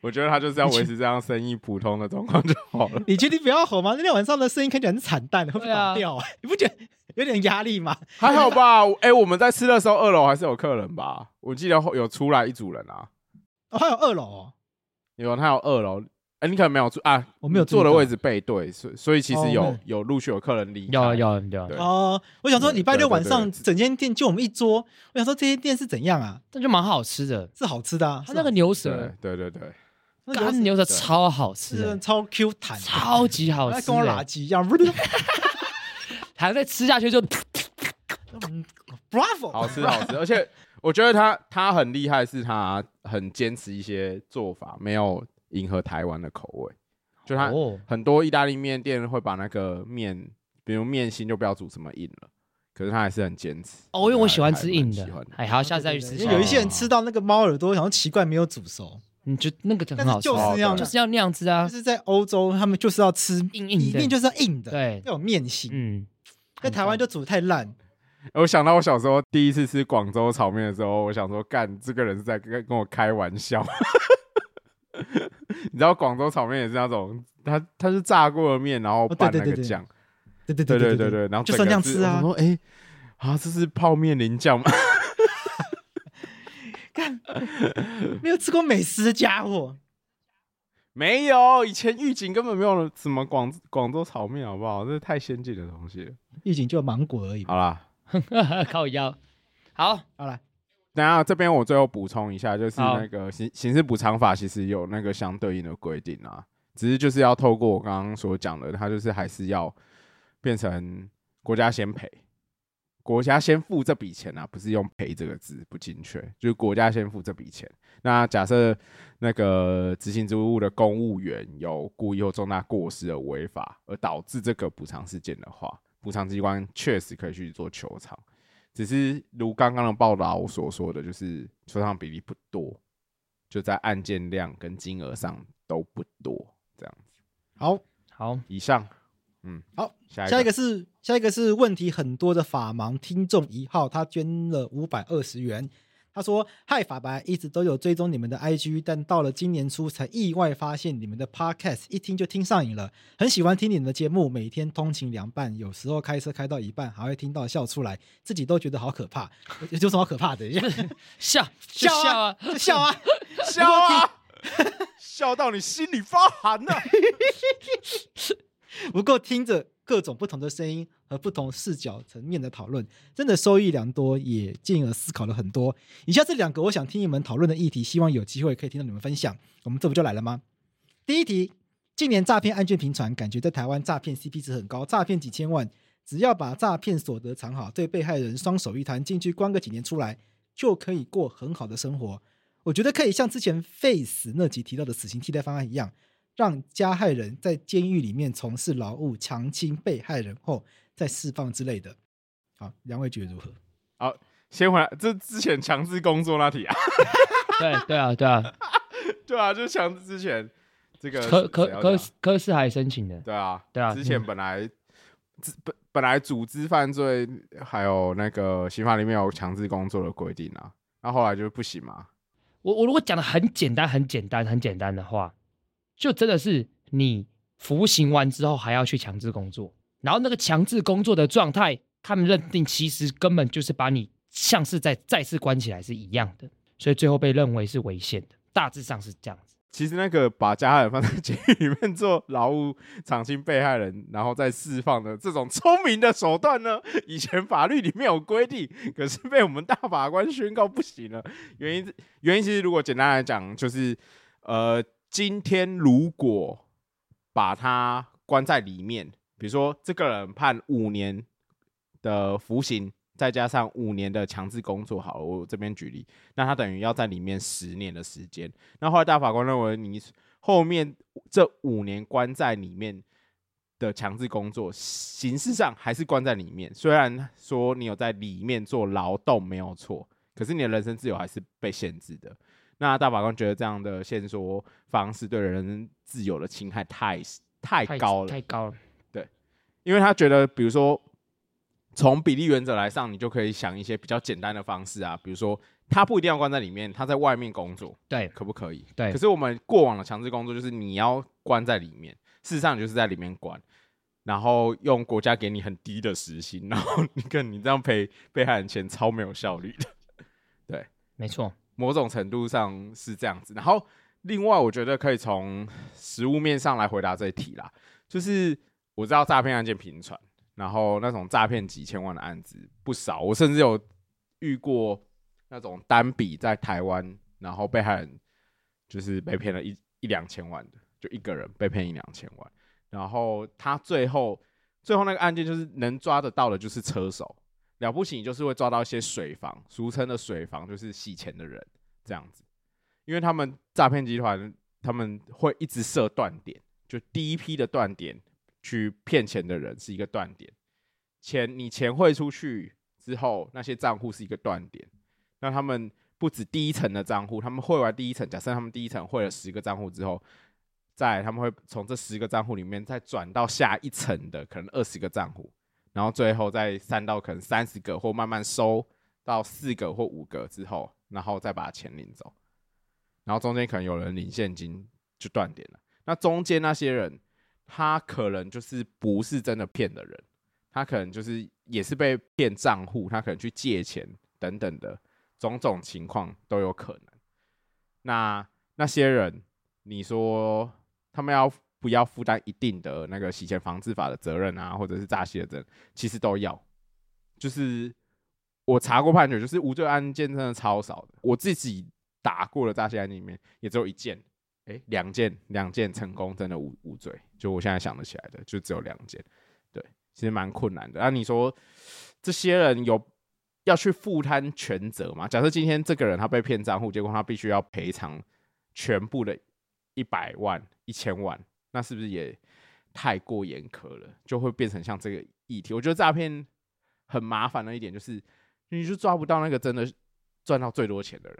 Speaker 2: 我觉得他就是要维持这样生意普通的状况就好了。
Speaker 4: 你确定不要吼吗？那天晚上的声音看起来很惨淡，会被
Speaker 3: 对啊
Speaker 4: 倒掉啊， 你不觉得有点压力吗？
Speaker 2: 还好吧？哎、我们在吃的时候，二楼还是有客人吧？我记得后有出来一组人啊，
Speaker 4: 哦，还有二楼哦，
Speaker 2: 有他有二楼。哎、你可能没有住啊，
Speaker 4: 我没有注意
Speaker 2: 坐
Speaker 4: 到
Speaker 2: 的位置背对，所以所以其
Speaker 4: 哦
Speaker 2: 实有、
Speaker 4: 我没
Speaker 2: 有陆续有客人离开。
Speaker 3: 有啊有有，
Speaker 2: 对
Speaker 4: 哦，我想说礼拜六晚
Speaker 2: 对
Speaker 4: 上
Speaker 2: 对对
Speaker 4: 整间店就我们一桌，我想说这些店是怎样啊？
Speaker 3: 但就蛮好吃的。
Speaker 4: 是好吃的啊，
Speaker 3: 它那个
Speaker 4: 是
Speaker 3: 牛
Speaker 2: 对
Speaker 3: 舌，
Speaker 2: 对对对，
Speaker 4: 好
Speaker 3: 干牛舌
Speaker 2: 对
Speaker 3: 超好吃
Speaker 4: 是啊
Speaker 3: 的，
Speaker 4: 超 Q 弹，
Speaker 3: 超级好
Speaker 4: 它
Speaker 3: 吃欸
Speaker 4: 跟我垃
Speaker 3: 的，
Speaker 4: 圾一样
Speaker 3: 还在吃下去就
Speaker 2: 好
Speaker 4: ，Bravo！
Speaker 2: 吃好吃，而且我觉得他他很厉害，是他很坚持一些做法，没有迎合台湾的口味。就他
Speaker 3: 哦，
Speaker 2: 很多意大利面店会把那个面，比如面心就不要煮这么硬了，可是他还是很坚持。
Speaker 3: 哦，因为我喜欢吃硬
Speaker 2: 还蛮喜欢
Speaker 3: 的，哎，好，下次再去吃
Speaker 4: 因
Speaker 3: 小
Speaker 4: 为
Speaker 3: 的。
Speaker 4: 有一些人吃到那个猫耳朵，想说奇怪没有煮熟，
Speaker 3: 你就那个就
Speaker 4: 但
Speaker 3: 很好
Speaker 4: 是
Speaker 3: 吃
Speaker 4: 就，是那样，
Speaker 2: 哦对
Speaker 3: 就是要那样子
Speaker 4: 就
Speaker 3: 啊。
Speaker 4: 是在欧洲他们就是要吃
Speaker 3: 硬硬的
Speaker 4: 一定就是要硬的，
Speaker 3: 对
Speaker 4: 要有面型。
Speaker 3: 嗯，
Speaker 4: 在台湾就煮太烂，
Speaker 2: 哎我想到我小时候第一次吃广州炒面的时候，我想说，干，这个人是在跟跟我开玩笑。 你知道广州炒面也是那种，它它是炸过的面，然后
Speaker 4: 哦
Speaker 2: 拌
Speaker 4: 对
Speaker 2: 那
Speaker 4: 对
Speaker 2: 个
Speaker 4: 对对
Speaker 2: 酱，
Speaker 4: 对对
Speaker 2: 对
Speaker 4: 对
Speaker 2: 对对，对，然后
Speaker 4: 就
Speaker 2: 整个
Speaker 4: 算这样
Speaker 2: 是
Speaker 4: 吃啊
Speaker 2: 我说哎，啊，这是泡面淋酱吗？
Speaker 4: 没有吃过美食的家伙，
Speaker 2: 没有，以前预警根本没有什么广广州炒面，好不好？这是太先进的东西了。
Speaker 4: 预警就有芒果而已。
Speaker 2: 好啦，
Speaker 3: 靠腰。好，
Speaker 4: 好了，
Speaker 2: 然后这边我最后补充一下，就是
Speaker 3: 好
Speaker 2: 那个刑刑事补偿法其实有那个相对应的规定啊，只是就是要透过我刚刚所讲的，它就是还是要变成国家先赔，国家先付这笔钱啊，不是用赔这个字不精确，就是国家先付这笔钱。那假设那个执行职务的公务员有故意或重大过失而违法，而导致这个补偿事件的话，补偿机关确实可以去做求偿。只是如刚刚的报道所说的，就是出场比例不多，就在案件量跟金额上都不多，这样子。
Speaker 4: 好，
Speaker 3: 好，
Speaker 2: 以上嗯，
Speaker 4: 好，
Speaker 2: 下
Speaker 4: 下一个是下一个是问题很多的法盲听众一号，他捐了五百二十元。他说：“嗨，法白，一直都有追踪你们的 IG，但到了今年初才意外发现你们的 Podcast，一听就听上瘾了，很喜欢听你们的节目，每天通勤凉拌，有时候开车开到一半还会听到笑出来，自己都觉得好可怕。有有什么好可怕 的？啊
Speaker 3: 笑就
Speaker 4: 笑
Speaker 3: 笑
Speaker 4: 啊
Speaker 3: 啊，，
Speaker 4: 就笑啊！
Speaker 2: 笑 啊，笑到你心里发寒啊呐、
Speaker 4: 不过听着各种不同的声音和不同视角层面的讨论，真的收益良多，也进而思考了很多。以下这两个我想听你们讨论的议题，希望有机会可以听到你们分享。我们这不就来了吗？第一题，近年诈骗案卷频传，感觉在台湾诈骗 CP 值很高，诈骗几千万，只要把诈骗所得藏好，对被害人双手一摊，进去关个几年出来，就可以过很好的生活。我觉得可以像之前 Face 那集提到的死刑替代方案一样，让加害人在监狱里面从事劳务、强侵被害人后再释放之类的。好，两位觉得如何？
Speaker 2: 先回来，这之前强制工作那题啊，
Speaker 3: 对对啊 对啊，
Speaker 2: 对啊，就是强制之前这个
Speaker 3: 科
Speaker 2: 谁要
Speaker 3: 科科
Speaker 2: 讲
Speaker 3: 科四还申请的，
Speaker 2: 对啊，
Speaker 3: 对啊
Speaker 2: 之前
Speaker 3: 嗯
Speaker 2: 本来之本本来组织犯罪还有那个刑法里面有强制工作的规定啊，那后来就不行嘛，
Speaker 3: 我我如果讲的很简单、很简单、很简单的话，就真的是你服刑完之后还要去强制工作，然后那个强制工作的状态，他们认定其实根本就是把你像是在再次关起来是一样的，所以最后被认为是违宪的，大致上是这样子。
Speaker 2: 其实那个把加害人放在监狱里面做劳务、长期被害人，然后再释放的这种聪明的手段呢，以前法律里面有规定，可是被我们大法官宣告不行了。 原因原因其实如果简单来讲，就是呃，今天如果把他关在里面，比如说这个人判五年的服刑，再加上五年的强制工作，好了，我这边举例，那他等于要在里面十年的时间。那后来大法官认为，你后面这五年关在里面的强制工作，形式上还是关在里面。虽然说你有在里面做劳动没有错，可是你的人身自由还是被限制的。那大法官觉得这样的限缩方式对人身自由的侵害太太高了，
Speaker 3: 太高了。
Speaker 2: 因为他觉得，比如说从比例原则来上，你就可以想一些比较简单的方式啊，比如说他不一定要关在里面，他在外面工作，
Speaker 3: 对
Speaker 2: 可不可以？
Speaker 3: 对
Speaker 2: 可是我们过往的强制工作就是你要关在里面，事实上你就是在里面关，然后用国家给你很低的时薪，然后你跟你这样赔被害人钱，超没有效率的。
Speaker 3: 没错，
Speaker 2: 某种程度上是这样子。然后，另外我觉得可以从实物面上来回答这一题啦，就是我知道诈骗案件频传，然后那种诈骗几千万的案子不少，我甚至有遇过那种单笔在台湾，然后被害人就是被骗了一一两千万的，就一个人被骗一两千万，然后他最后最后那个案件就是能抓得到的，就是车手。了不起，你就是会抓到一些水房，俗称的水房就是洗钱的人这样子，因为他们诈骗集团他们会一直设断点，就第一批的断点去骗钱的人是一个断点，钱你钱汇出去之后，那些账户是一个断点，那他们不止第一层的账户，他们汇完第一层，假设他们第一层汇了十个账户之后。再来他们会从这十个账户里面再转到下一层的可能二十个账户，然后最后再散到可能三十个，或慢慢收到四个或五个之后，然后再把钱领走。然后中间可能有人领现金就断点了。那中间那些人，他可能就是不是真的骗的人，他可能就是也是被骗账户，他可能去借钱等等的种种情况都有可能。那那些人，你说他们要不要负担一定的那个洗钱防治法的责任啊，或者是诈欺的责任？其实都要。就是我查过判决，就是无罪案件真的超少的。我自己打过的诈欺案件里面，也只有一件，诶，两件，两件成功，真的无无罪。就我现在想得起来的，就只有两件。对，其实蛮困难的。那、你说这些人有要去负担全责吗？假设今天这个人他被骗账户，结果他必须要赔偿全部的一百万、一千万，那是不是也太过严苛了？就会变成像这个议题。我觉得诈骗很麻烦的一点就是，你就抓不到那个真的赚到最多钱的人，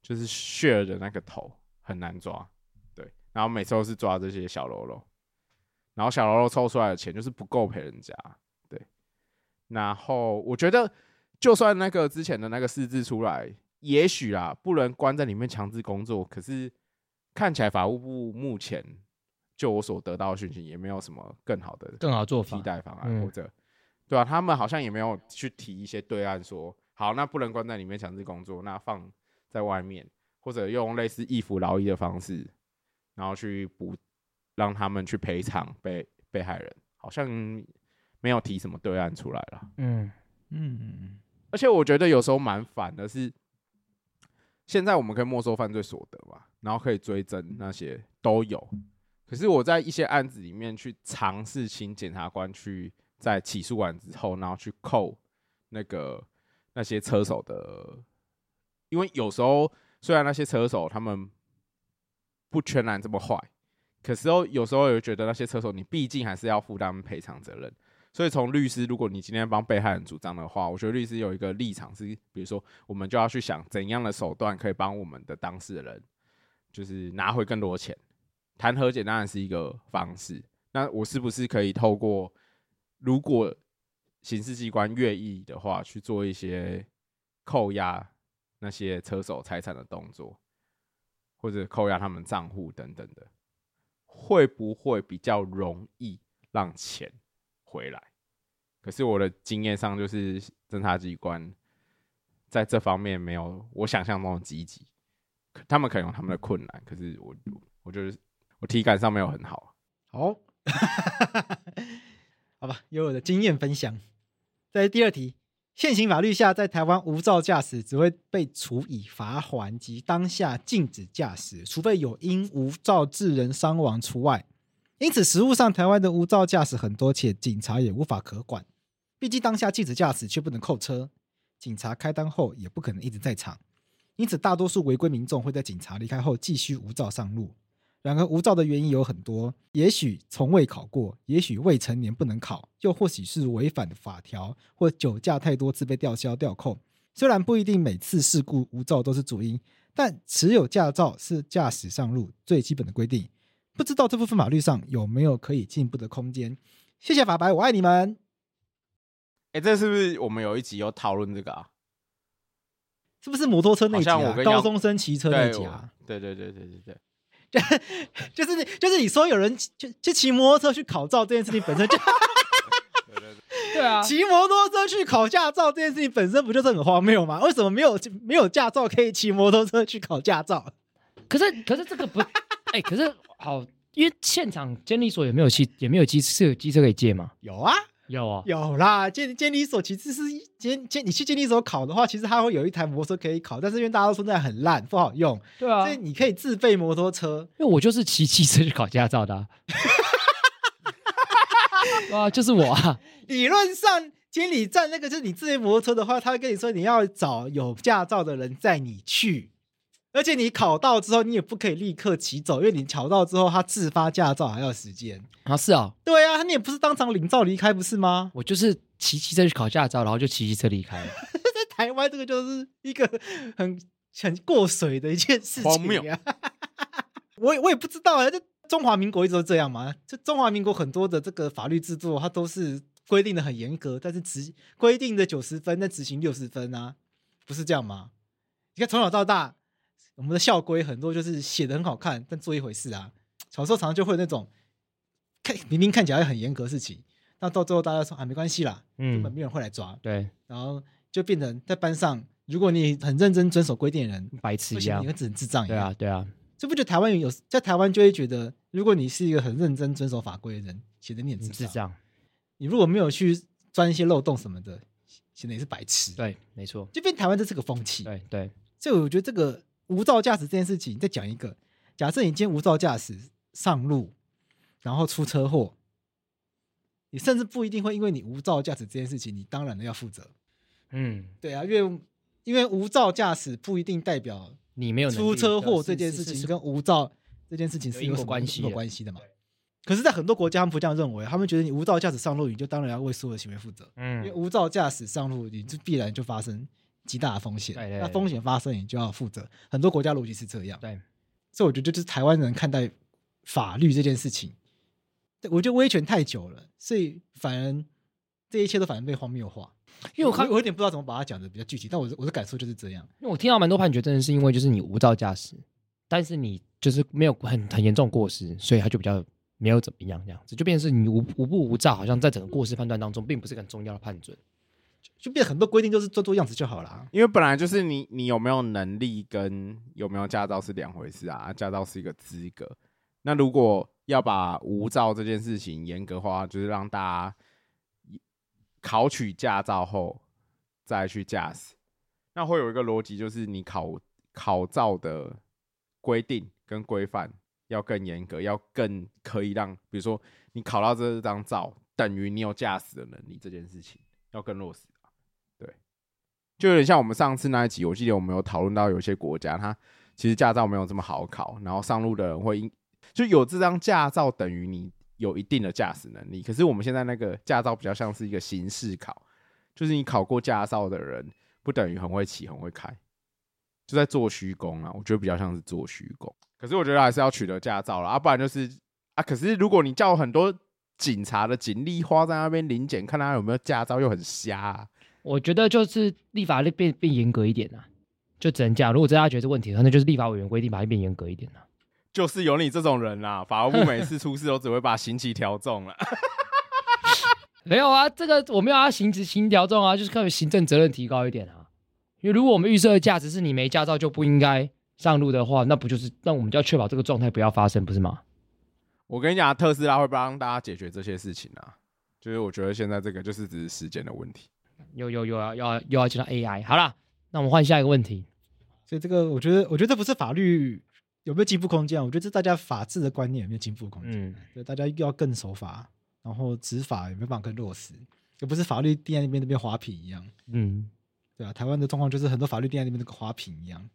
Speaker 2: 就是 share 的那个头很难抓。对，然后每次都是抓这些小喽啰。然后小喽啰抽出来的钱就是不够赔人家，对。然后我觉得，就算那个之前的那个四字出来，也许啦，不能关在里面强制工作，可是看起来法务部目前就我所得到的讯息，也没有什么更好的
Speaker 3: 更好做法
Speaker 2: 替。代方案，
Speaker 3: 嗯
Speaker 2: 或者对啊，他们好像也没有去提一些对岸说，好，那不能关在里面强制工作，那放在外面，或者用类似易服劳役的方式，然后去补让他们去赔偿被被害人，好像没有提什么对岸出来了。
Speaker 3: 嗯，
Speaker 4: 嗯，
Speaker 2: 而且我觉得有时候蛮烦的是，现在我们可以没收犯罪所得嘛，然后可以追征那些都有。可是我在一些案子里面去尝试请检察官去在起诉完之后，然后去扣那个那些车手的，因为有时候虽然那些车手他们不全然这么坏，可是哦有时候也觉得那些车手你毕竟还是要负担赔偿责任。所以从律师，如果你今天帮被害人主张的话，我觉得律师有一个立场是，比如说我们就要去想怎样的手段可以帮我们的当事人，就是拿回更多钱。谈和解当然是一个方式，那我是不是可以透过如果刑事机关愿意的话，去做一些扣押那些车手财产的动作，或者扣押他们账户等等的，会不会比较容易让钱回来？可是我的经验上，就是侦查机关在这方面没有我想象中的积极，可他们可能有他们的困难，可是我我觉得我体感上没有很好。
Speaker 4: 好，好吧，有我的经验分享。在第二题，现行法律下，在台湾无照驾驶只会被处以罚还及当下禁止驾驶，除非有因无照致人伤亡除外。因此，实务上台湾的无照驾驶很多，且警察也无法可管。毕竟当下禁止驾驶却不能扣车，警察开单后也不可能一直在场，因此大多数违规民众会在警察离开后继续无照上路。然而，无照的原因有很多，也许从未考过，也许未成年不能考，又或许是违反法条或酒驾太多次被吊销吊扣。虽然不一定每次事故无照都是主因，但持有驾照是驾驶上路最基本的规定。不知道这部分法律上有没有可以进步的空间？谢谢法白，我爱你们。
Speaker 2: 哎、这是不是我们有一集有讨论这个啊？
Speaker 4: 是不是摩托车那集、
Speaker 2: 好像我
Speaker 4: 啊？
Speaker 2: 跟
Speaker 4: 高
Speaker 2: 杨
Speaker 4: 中生骑车那
Speaker 2: 对
Speaker 4: 集啊
Speaker 2: 我？对对对对对对，
Speaker 4: 就是就是你说有人就就骑摩托车去考照这件事情本身就
Speaker 3: 对 啊，
Speaker 4: 骑摩托车去考驾照这件事情本身不就是很荒谬吗？为什么没有没有驾照可以骑摩托车去考驾照？
Speaker 3: 可是可是这个不，哎、可是好，因为现场监理所也没有汽也没有机车机车可以借嘛？
Speaker 4: 有啊，
Speaker 3: 有啊、
Speaker 4: 有啦，监监理所其实是监监你去监理所考的话，其实它会有一台摩托车可以考，但是因为大家都说那很烂不好用，
Speaker 3: 对啊，
Speaker 4: 所以
Speaker 3: 因
Speaker 4: 你可以自备摩托车。
Speaker 3: 为我就是骑机车去考驾照的、啊。 对啊，就是我啊，
Speaker 4: 理论上，监理站那个就是你自备摩托车的话，他会跟你说你要找有驾照的人载你去，而且你考到之后，你也不可以立刻骑走，因为你考到之后，他自发驾照还要时间。
Speaker 3: 啊是啊，
Speaker 4: 对啊，你也不是当场领照离开，不是吗？
Speaker 3: 我就是骑机车去考驾照，然后就骑机车离开了。
Speaker 4: 在台湾，这个就是一个很很过水的一件事情、啊，
Speaker 2: 荒谬
Speaker 4: 我也我也不知道啊，这中华民国一直都这样嘛？就中华民国很多的这个法律制度，它都是规定的很严格，但是执规定的九十分，但执行六十分啊，不是这样吗？你看从小到大，我们的校规很多就是写的很好看，但做一回事啊。小时候常常就会有那种看明明看起来很严格的事情，那到最后大家说啊没关系啦，根本
Speaker 3: 嗯，
Speaker 4: 没有人会来抓，
Speaker 3: 对，
Speaker 4: 然后就变成在班上，如果你很认真遵守规定的人，
Speaker 3: 白痴
Speaker 4: 不
Speaker 3: 一
Speaker 4: 行，
Speaker 3: 样
Speaker 4: 你会。只能智障一
Speaker 3: 对
Speaker 4: 样
Speaker 3: 啊，。对啊，
Speaker 4: 这不就台湾有在台湾就会觉得，如果你是一个很认真遵守法规的人，显得你很
Speaker 3: 你
Speaker 4: 智
Speaker 3: 智
Speaker 4: 障。
Speaker 3: 障。
Speaker 4: 你如果没有去钻一些漏洞什么的，显得你是白痴。，
Speaker 3: 对，没错。
Speaker 4: 就变台湾这是个风气。
Speaker 3: 对对，
Speaker 4: 所以我觉得这个无照驾驶这件事情，再讲一个，假设你今天无照驾驶上路，然后出车祸，你甚至不一定会因为你无照驾驶这件事情，你当然的要负责。
Speaker 3: 嗯，
Speaker 4: 对啊，因为因为无照驾驶不一定代表
Speaker 3: 你没有能力
Speaker 4: 出车祸这
Speaker 3: 是
Speaker 4: 件
Speaker 3: 是
Speaker 4: 事
Speaker 3: 是
Speaker 4: 情
Speaker 3: 是
Speaker 4: 跟无照这件事情是
Speaker 3: 有因
Speaker 4: 有
Speaker 3: 果
Speaker 4: 什么
Speaker 3: 关系
Speaker 4: 因果
Speaker 3: 的
Speaker 4: 关系的嘛。可是，在很多国家，他们不这样认为，他们觉得你无照驾驶上路，你就当然要为所有的行为负责，因为
Speaker 3: 嗯，
Speaker 4: 无照驾驶上路，你就必然就发生极大的风险。
Speaker 3: 对对对
Speaker 4: 那风险发生，你就要负责。很多国家逻辑是这样，
Speaker 3: 对，
Speaker 4: 所以我觉得这就是台湾人看待法律这件事情对我觉得威权太久了，所以反而这一切都反而被荒谬化。
Speaker 3: 因为我看
Speaker 4: 我有点不知道怎么把它讲的比较具体，但我的我的感受就是这样。
Speaker 3: 因为我听到蛮多判决，真的是因为就是你无照驾驶，但是你就是没有很很严重过失，所以他就比较没有怎么样这样子，就变成是你无无不无照，好像在整个过失判断当中，并不是个很重要的判准。
Speaker 4: 就变很多规定就是做做样子就好了。啊
Speaker 2: 因为本来就是你你有没有能力跟有没有驾照是两回事啊，驾照是一个资格。那如果要把无照这件事情严格化，就是让大家考取驾照后再去驾驶，那会有一个逻辑，就是你考考照的规定跟规范要更严格，要更可以让，比如说你考到这张照，等于你有驾驶的能力这件事情要更落实。就有点像我们上次那一集，我记得我们有讨论到有些国家，它其实驾照没有这么好考，然后上路的人会因就有这张驾照等于你有一定的驾驶能力。可是我们现在那个驾照比较像是一个形式考，就是你考过驾照的人不等于很会骑、很会开，就在做虚功啊。我觉得比较像是做虚功。可是我觉得还是要取得驾照了，啊，不然就是啊。可是如果你叫很多警察的警力花在那边临检，看他有没有驾照，又很瞎、啊。
Speaker 3: 我觉得就是立法变变严格一点啊，就只能这样。如果真的他觉得是问题，那就是立法委员规定把它变严格一点啊。
Speaker 2: 就是有你这种人啦、法务部每次出事都只会把刑期调重了。
Speaker 3: 没有啊，这个我们要他行职行调重啊，就是看行政责任提高一点啊。因为如果我们预设的价值是你没驾照就不应该上路的话，那不就是那我们就要确保这个状态不要发生，不是吗？
Speaker 2: 我跟你讲，啊特斯拉会帮大家解决这些事情啊。就是我觉得现在这个就是只是时间的问题。
Speaker 3: 又又又要又要又要进到 AI。好啦，那我们换下一个问题。
Speaker 4: 所以这个我觉得，我觉得不是法律有没有进步空间啊，我觉得这大家法治的观念有没有进步空间，
Speaker 3: 嗯，
Speaker 4: 对大家要更守法，然后执法有没有办法更落实，而不是法律定在那边那边滑屏一样。
Speaker 3: 嗯，
Speaker 4: 对啊，台湾的状况就是很多法律定在那边那个花瓶一样。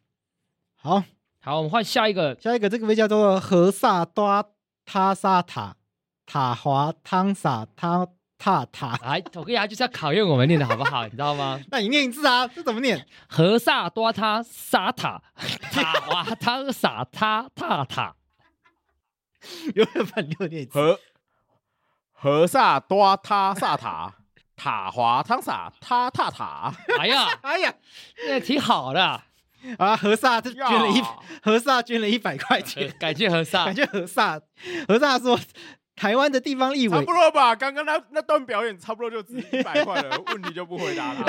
Speaker 4: 好，
Speaker 3: 好，我们换下一个。
Speaker 4: 下一个这个被叫做和萨多塔萨塔塔华汤萨塔塔塔，
Speaker 3: 哎，我跟你讲，就是要考验我们念的好不好，你知道吗？
Speaker 4: 那你念一次啊，这怎么念？
Speaker 3: 和萨多他沙塔塔华汤萨他塔塔，
Speaker 4: 有人把你又念一次。
Speaker 2: 和和萨多他萨塔塔华汤萨他塔塔，
Speaker 3: 哎呀，
Speaker 4: 哎呀，
Speaker 3: 那挺好的，
Speaker 4: 啊，和萨这捐了一
Speaker 2: 呀
Speaker 4: 和萨捐了一百块钱，
Speaker 3: 感谢和萨
Speaker 4: 感。谢和萨。和萨说，台湾的地方立
Speaker 2: 差
Speaker 4: 委
Speaker 2: 不多吧。刚刚那那段表演差不多就值一百块了，问题就不回答了。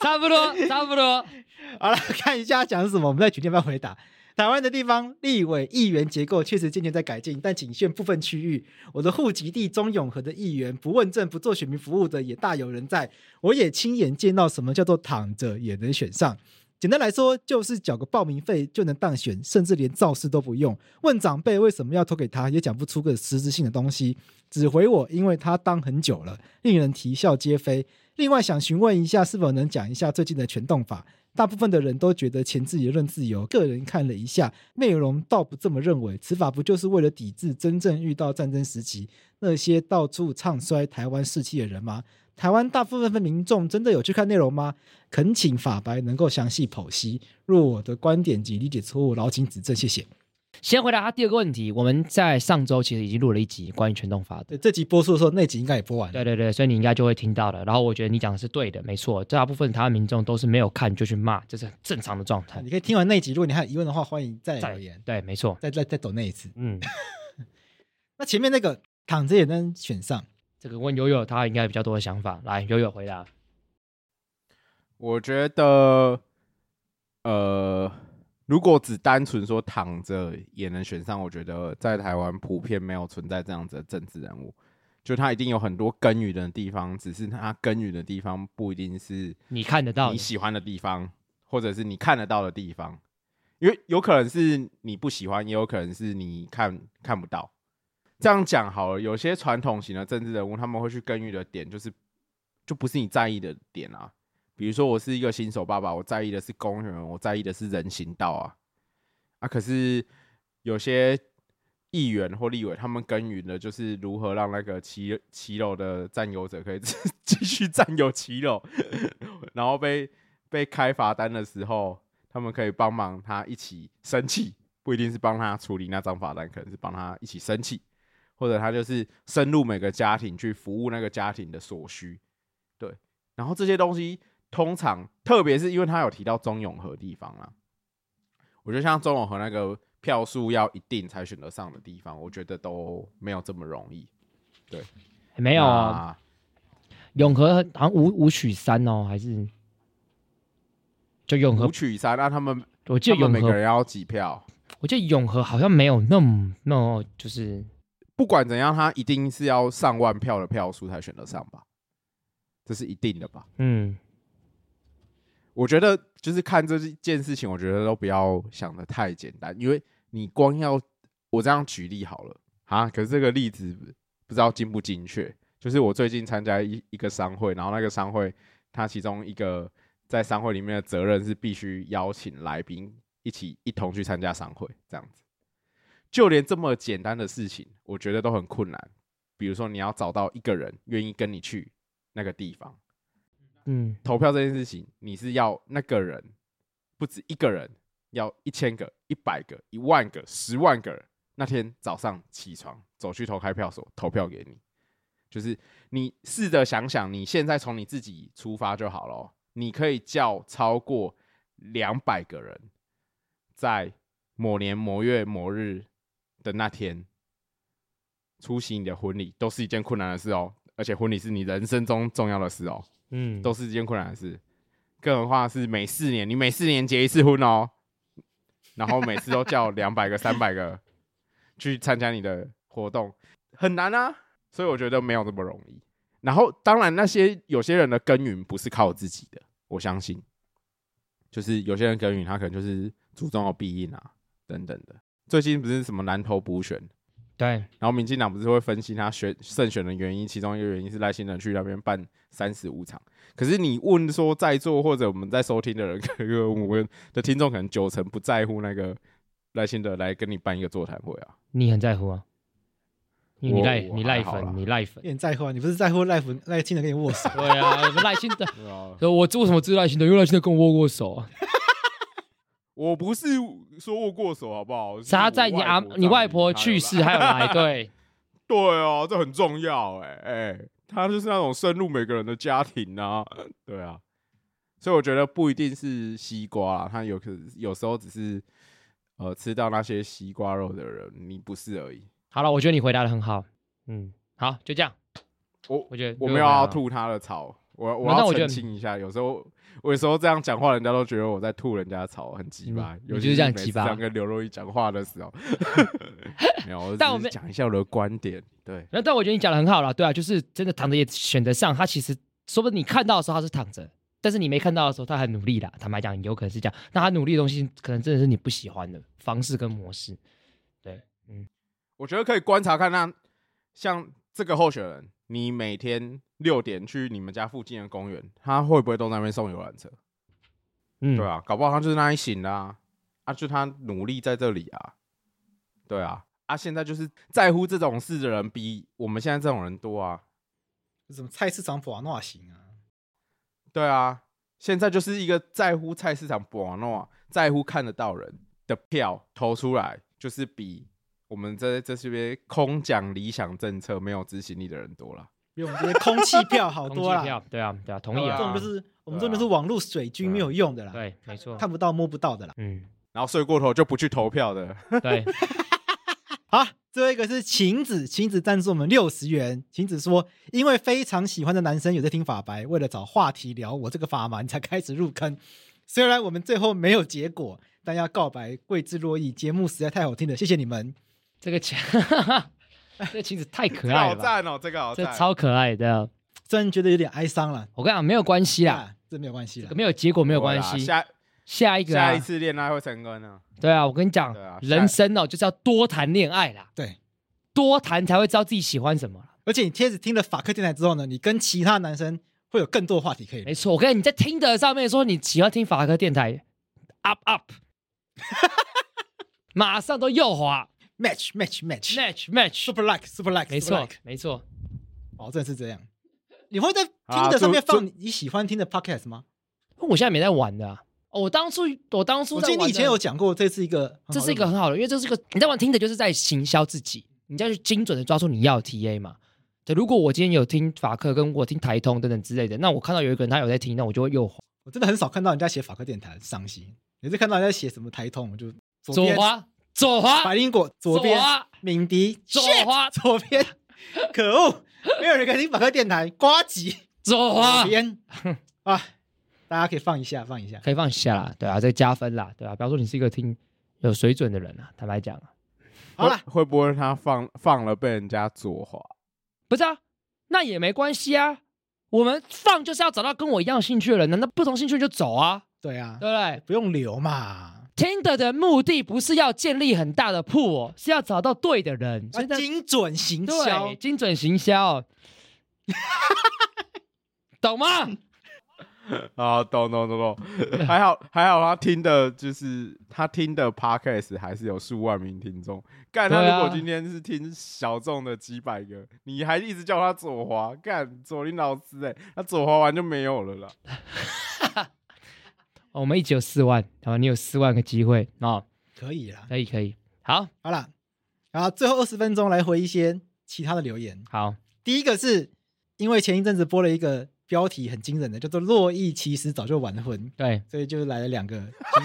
Speaker 3: 差不多，差不多。
Speaker 4: 好了，看一下讲是什么，我们再决定要不要回答。台湾的地方立委议员结构确实渐渐在改进，但仅限部分区域。我的户籍地中永和的议员，不问政、不做选民服务的也大有人在。我也亲眼见到什么叫做躺着也能选上。简单来说，就是缴个报名费就能当选，甚至连造势都不用。问长辈为什么要投给他，也讲不出个实质性的东西，只回我，因为他当很久了，令人啼笑皆非。另外，想询问一下，是否能讲一下最近的全动法？大部分的人都觉得前置言论自由，个人看了一下，内容倒不这么认为。此法不就是为了抵制真正遇到战争时期那些到处唱衰台湾士气的人吗？台湾大部分的民众真的有去看内容吗？恳请法白能够详细剖析。若我的观点及理解错误，劳请指正，谢谢。
Speaker 3: 先回答他第二个问题，我们在上周其实已经录了一集关于全动法的。
Speaker 4: 对，这集播出的时候，那集应该也播完了。
Speaker 3: 对对对，所以你应该就会听到了。然后我觉得你讲的是对的，没错，大部分台湾民众都是没有看就去骂，这是很正常的状态
Speaker 4: 你。可以听完那集，如果你还有疑问的话，欢迎再
Speaker 3: 再
Speaker 4: 留言，
Speaker 3: 对，没错，
Speaker 4: 再再再走那一次。
Speaker 3: 嗯，
Speaker 4: 那前面那个躺着也能选上，
Speaker 3: 这个问悠悠，他应该有比较多的想法。来，悠悠回答。
Speaker 2: 我觉得，呃，如果只单纯说躺着也能选上，我觉得在台湾普遍没有存在这样子的政治人物，就他一定有很多耕耘的地方，只是他耕耘的地方不一定是
Speaker 3: 你看得到的
Speaker 2: 你喜欢的地方，或者是你看得到的地方，因为有可能是你不喜欢，也有可能是你看看不到。这样讲好了，有些传统型的政治人物，他们会去耕耘的点，就是就不是你在意的点啊。比如说，我是一个新手爸爸，我在意的是公园，我在意的是人行道啊啊！可是有些议员或立委，他们耕耘的就是如何让那个骑骑楼的占有者可以 继续占有骑楼，然后被被开罚单的时候，他们可以帮忙他一起生气，不一定是帮他处理那张罚单，可能是帮他一起生气，或者他就是深入每个家庭去服务那个家庭的所需。对，然后这些东西通常，特别是因为他有提到中永和地方啦，我觉得像中永和那个票数要一定才选得上的地方，我觉得都没有这么容易。
Speaker 3: 没有啊，
Speaker 2: 那
Speaker 3: 永和好像五五曲三哦，还是就永和
Speaker 2: 五，取三，那他们
Speaker 3: 我记
Speaker 2: 他
Speaker 3: 得
Speaker 2: 们每
Speaker 3: 永
Speaker 2: 个
Speaker 3: 和
Speaker 2: 人要几票？
Speaker 3: 我记得永和好像没有那么那么就是
Speaker 2: 不管怎样，他一定是要上万票的票数才选得上吧？这是一定的吧？
Speaker 3: 嗯，
Speaker 2: 我觉得就是看这件事情，我觉得都不要想的太简单，因为你光要我这样举例好了啊，可是这个例子不知道精不精确。就是我最近参加一一个商会，然后那个商会它其中一个在商会里面的责任是必须邀请来宾一起一同去参加商会，这样子。就连这么简单的事情，我觉得都很困难。比如说，你要找到一个人愿意跟你去那个地方，
Speaker 3: 嗯，
Speaker 2: 投票这件事情，你是要那个人不止一个人，要一千个、一百个、一万个、十万个人，那天早上起床走去投开票所投票给你。就是你试着想想，你现在从你自己出发就好了。你可以叫超过两百个人，在某年某月某日的那天出席你的婚礼，都是一件困难的事哦。而且婚礼是你人生中重要的事哦。
Speaker 3: 嗯，
Speaker 2: 都是一件困难的事，更何况是每四年，你每四年结一次婚哦，然后每次都叫两百个、三百个去参加你的活动，很难啊。所以我觉得没有这么容易。然后，当然那些有些人的耕耘不是靠自己的，我相信，就是有些人耕耘他可能就是祖宗有庇应啊等等的。最近不是什么南投补选，
Speaker 3: 对，
Speaker 2: 然后民进党不是会分析他选胜选的原因，其中一个原因是赖清德去那边办三十五场。可是你问说在座或者我们在收听的人， 可能我们的听众可能九成不在乎那个赖清德来跟你办一个座谈会啊。
Speaker 3: 你很在乎啊，因为你
Speaker 2: 我
Speaker 3: 赖
Speaker 2: 我
Speaker 3: 你
Speaker 2: 还
Speaker 3: 赖
Speaker 2: 好啦
Speaker 3: 粉，你赖 粉？
Speaker 4: 你，很在乎啊，你不是在乎赖粉赖清德跟你握手
Speaker 3: 对啊，我们赖清德，
Speaker 2: 对啊，
Speaker 3: 呃我我为什么知道赖清德？因为赖清德跟我握过手啊，
Speaker 2: 我不是说握过手好不好？
Speaker 3: 是他在你阿你外婆去世还有 来，对，
Speaker 2: 对啊，这很重要哎、哎、他就是那种深入每个人的家庭啊， 对啊，所以我觉得不一定是西瓜啦，他有可有时候只是呃吃到那些西瓜肉的人，你不是而已。
Speaker 3: 好了，我觉得你回答的很好，嗯，好，就这样，
Speaker 2: 我
Speaker 3: 我觉得啊
Speaker 2: 我没有要，吐他的槽，我我
Speaker 3: 那
Speaker 2: 要
Speaker 3: 我觉
Speaker 2: 澄
Speaker 3: 得
Speaker 2: 清一下，有时候我有时候这样讲话，人家都觉得我在吐人家的槽，很鸡巴
Speaker 3: 嗯。
Speaker 2: 尤
Speaker 3: 你
Speaker 2: 其
Speaker 3: 就是这样
Speaker 2: 每次
Speaker 3: 鸡巴
Speaker 2: 这样跟刘若英讲话的时 候，没有，我
Speaker 3: 但我
Speaker 2: 只是
Speaker 3: 没
Speaker 2: 讲一下我的观点，对。
Speaker 3: 那但我觉得你讲的很好了，对啊，就是真的躺着也选得上，他其实说不定你看到的时候他是躺着。但是你没看到的时候，他很努力啦。坦白讲，有可能是这样。那他努力的东西，可能真的是你不喜欢的方式跟模式。对，嗯，
Speaker 2: 我觉得可以观察看那像这个候选人，你每天六点去你们家附近的公园，他会不会都在那边送游览车？
Speaker 3: 嗯，
Speaker 2: 对啊，搞不好他就是那里醒的啊，啊，就他努力在这里啊，对啊，啊，现在就是在乎这种事的人比我们现在这种人多啊，
Speaker 4: 什么菜市场普瓦诺行啊？
Speaker 2: 对啊，现在就是一个在乎菜市场博诺，啊在乎看得到人的票投出来，就是比我们这这些空讲理想政策没有执行力的人多了。
Speaker 4: 比我们这些空气票好
Speaker 3: 空
Speaker 4: 多
Speaker 3: 气
Speaker 4: 啦
Speaker 3: 票。，对啊，对啊，同意
Speaker 4: 这
Speaker 2: 对
Speaker 3: 啊，
Speaker 4: 种
Speaker 2: 啊
Speaker 4: 就是我们这种就是网络水军没有用的啦，
Speaker 3: 对，没错，
Speaker 4: 看不到摸不到的啦。
Speaker 3: 嗯，
Speaker 2: 然后睡过头就不去投票的。
Speaker 3: 对，
Speaker 4: 好，最后一个是晴子，晴子赞助我们六十元。晴子说，因为非常喜欢的男生有在听法白，为了找话题聊我这个法盲，才开始入坑。虽然我们最后没有结果，但要告白桂枝落意，节目实在太好听了，谢谢你们。
Speaker 3: 这个裙，这个裙子太可
Speaker 2: 这个
Speaker 3: 爱
Speaker 2: 好
Speaker 3: 了吧，
Speaker 2: 赞哦，这个好
Speaker 3: 这
Speaker 2: 赞，
Speaker 3: 超可爱的。啊
Speaker 4: 虽然觉得有点哀伤了，
Speaker 3: 我跟你讲，没有关系啦，
Speaker 4: 啊，这没有关系
Speaker 3: 这
Speaker 4: 了
Speaker 3: 个。没有结果没有关
Speaker 2: 对
Speaker 3: 系。
Speaker 2: 啦
Speaker 3: 下一
Speaker 2: 下
Speaker 3: 个啊
Speaker 2: 下一，次恋爱会成功的。
Speaker 3: 对啊，我跟你讲
Speaker 2: 对啊，下
Speaker 3: 人生哦就是要多谈恋爱啦，
Speaker 4: 对，
Speaker 3: 多谈才会知道自己喜欢什么啦。
Speaker 4: 而且你贴子听了法克电台之后呢，你跟其他男生会有更多话题可以聊
Speaker 3: 没。错，我跟你讲你在听的上面说你喜欢听法科电台，up up，马上都右滑
Speaker 4: match match match
Speaker 3: ，match match，
Speaker 4: super like super like，
Speaker 3: 没
Speaker 4: super
Speaker 3: 错
Speaker 4: like
Speaker 3: 没错，
Speaker 4: 哦，真的是这样。你会在听
Speaker 2: 啊
Speaker 4: 的上面
Speaker 2: 祝
Speaker 4: 放你喜欢听的 podcast 吗？
Speaker 3: 我现在没在玩的啊。哦我当初我当初
Speaker 4: 我
Speaker 3: 在
Speaker 4: 记得你
Speaker 3: 玩
Speaker 4: 以前
Speaker 3: 的
Speaker 4: 有讲过，这是一个很好的
Speaker 3: 这是一个很好的，因为这是一个你在玩听的就是在行销自己，你就要去精准的抓住你要的 TA 嘛。对，如果我今天有听法克，跟我听台通等等之类的，那我看到有一个人他有在听，那我就会右滑
Speaker 4: 我真的很少看到人家写法科电台，伤心。每次看到人家写什么台通，我就左
Speaker 3: 左
Speaker 4: 边
Speaker 3: 滑左滑
Speaker 4: 百灵果，左边
Speaker 3: 滑
Speaker 4: 敏迪，
Speaker 3: 左
Speaker 4: shit，
Speaker 3: 滑
Speaker 4: 左边，可恶，没有人敢听法科电台，瓜 吉
Speaker 3: 左
Speaker 4: 左
Speaker 3: 滑，
Speaker 4: 边啊，大家可以放一下，放一下。
Speaker 3: 可以放下啦，对啊，这加分啦，对啊，不要说你是一个听有水准的人啊，坦白讲啊，
Speaker 4: 好了，
Speaker 2: 会不会他放放了被人家左滑？
Speaker 3: 不是啊，那也没关系啊。我们放就是要找到跟我一样兴趣的人，难道不同兴趣就走啊？
Speaker 4: 对啊，
Speaker 3: 对不对
Speaker 4: 不用留嘛，
Speaker 3: ？Tinder 的目的不是要建立很大的铺哦，是要找到对的人，所以那
Speaker 4: 精准行啊销
Speaker 3: 对，精准行销， 懂吗？
Speaker 2: 啊，懂懂懂懂，还好还好，他听的就是他听的 podcast 还是有数万名听众。干他
Speaker 3: 对
Speaker 2: 如
Speaker 3: 啊
Speaker 2: 果今天是听小众的几百个，你还一直叫他左滑，干左林老师哎、他左滑完就没有了啦。
Speaker 3: 哦我们一集有四万，好吧，你有四万个机会哦，
Speaker 4: 可以啦。
Speaker 3: 可以可以，好
Speaker 4: 好了，然后最后二十分钟来回一些其他的留言。
Speaker 3: 好，
Speaker 4: 第一个是因为前一阵子播了一个标题很惊人的，叫做“洛邑其实早就晚婚
Speaker 3: 对”，，
Speaker 4: 所以就来了两个，其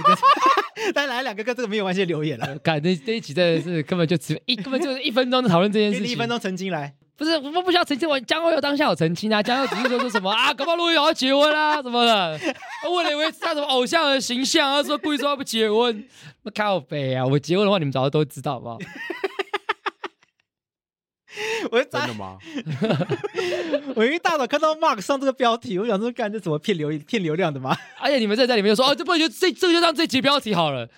Speaker 4: 实跟 但来了两个跟这个没有关系的留言了。
Speaker 3: 感这这一集真的是根本就只一根本就是一分钟的讨论这件
Speaker 4: 给
Speaker 3: 事
Speaker 4: 你
Speaker 3: 情，
Speaker 4: 一分钟澄清来，
Speaker 3: 不是，我们不需要澄清。我江浩佑当下有澄清啊，江浩只是说说什么啊，搞不好陆毅要结婚啊什么的，为了维持他什么偶像的形象啊，说故意说他不结婚，那靠北啊！我结婚的话，你们早就都知道，好不好？
Speaker 4: 我
Speaker 2: 真
Speaker 4: 大
Speaker 2: 的吗？
Speaker 4: 我一大早看到 Mark 上这个标题，我想说干这怎么骗流骗流量的吗？
Speaker 3: 而且你们在在里面就说哦，这不就这这个就当这集标题好了，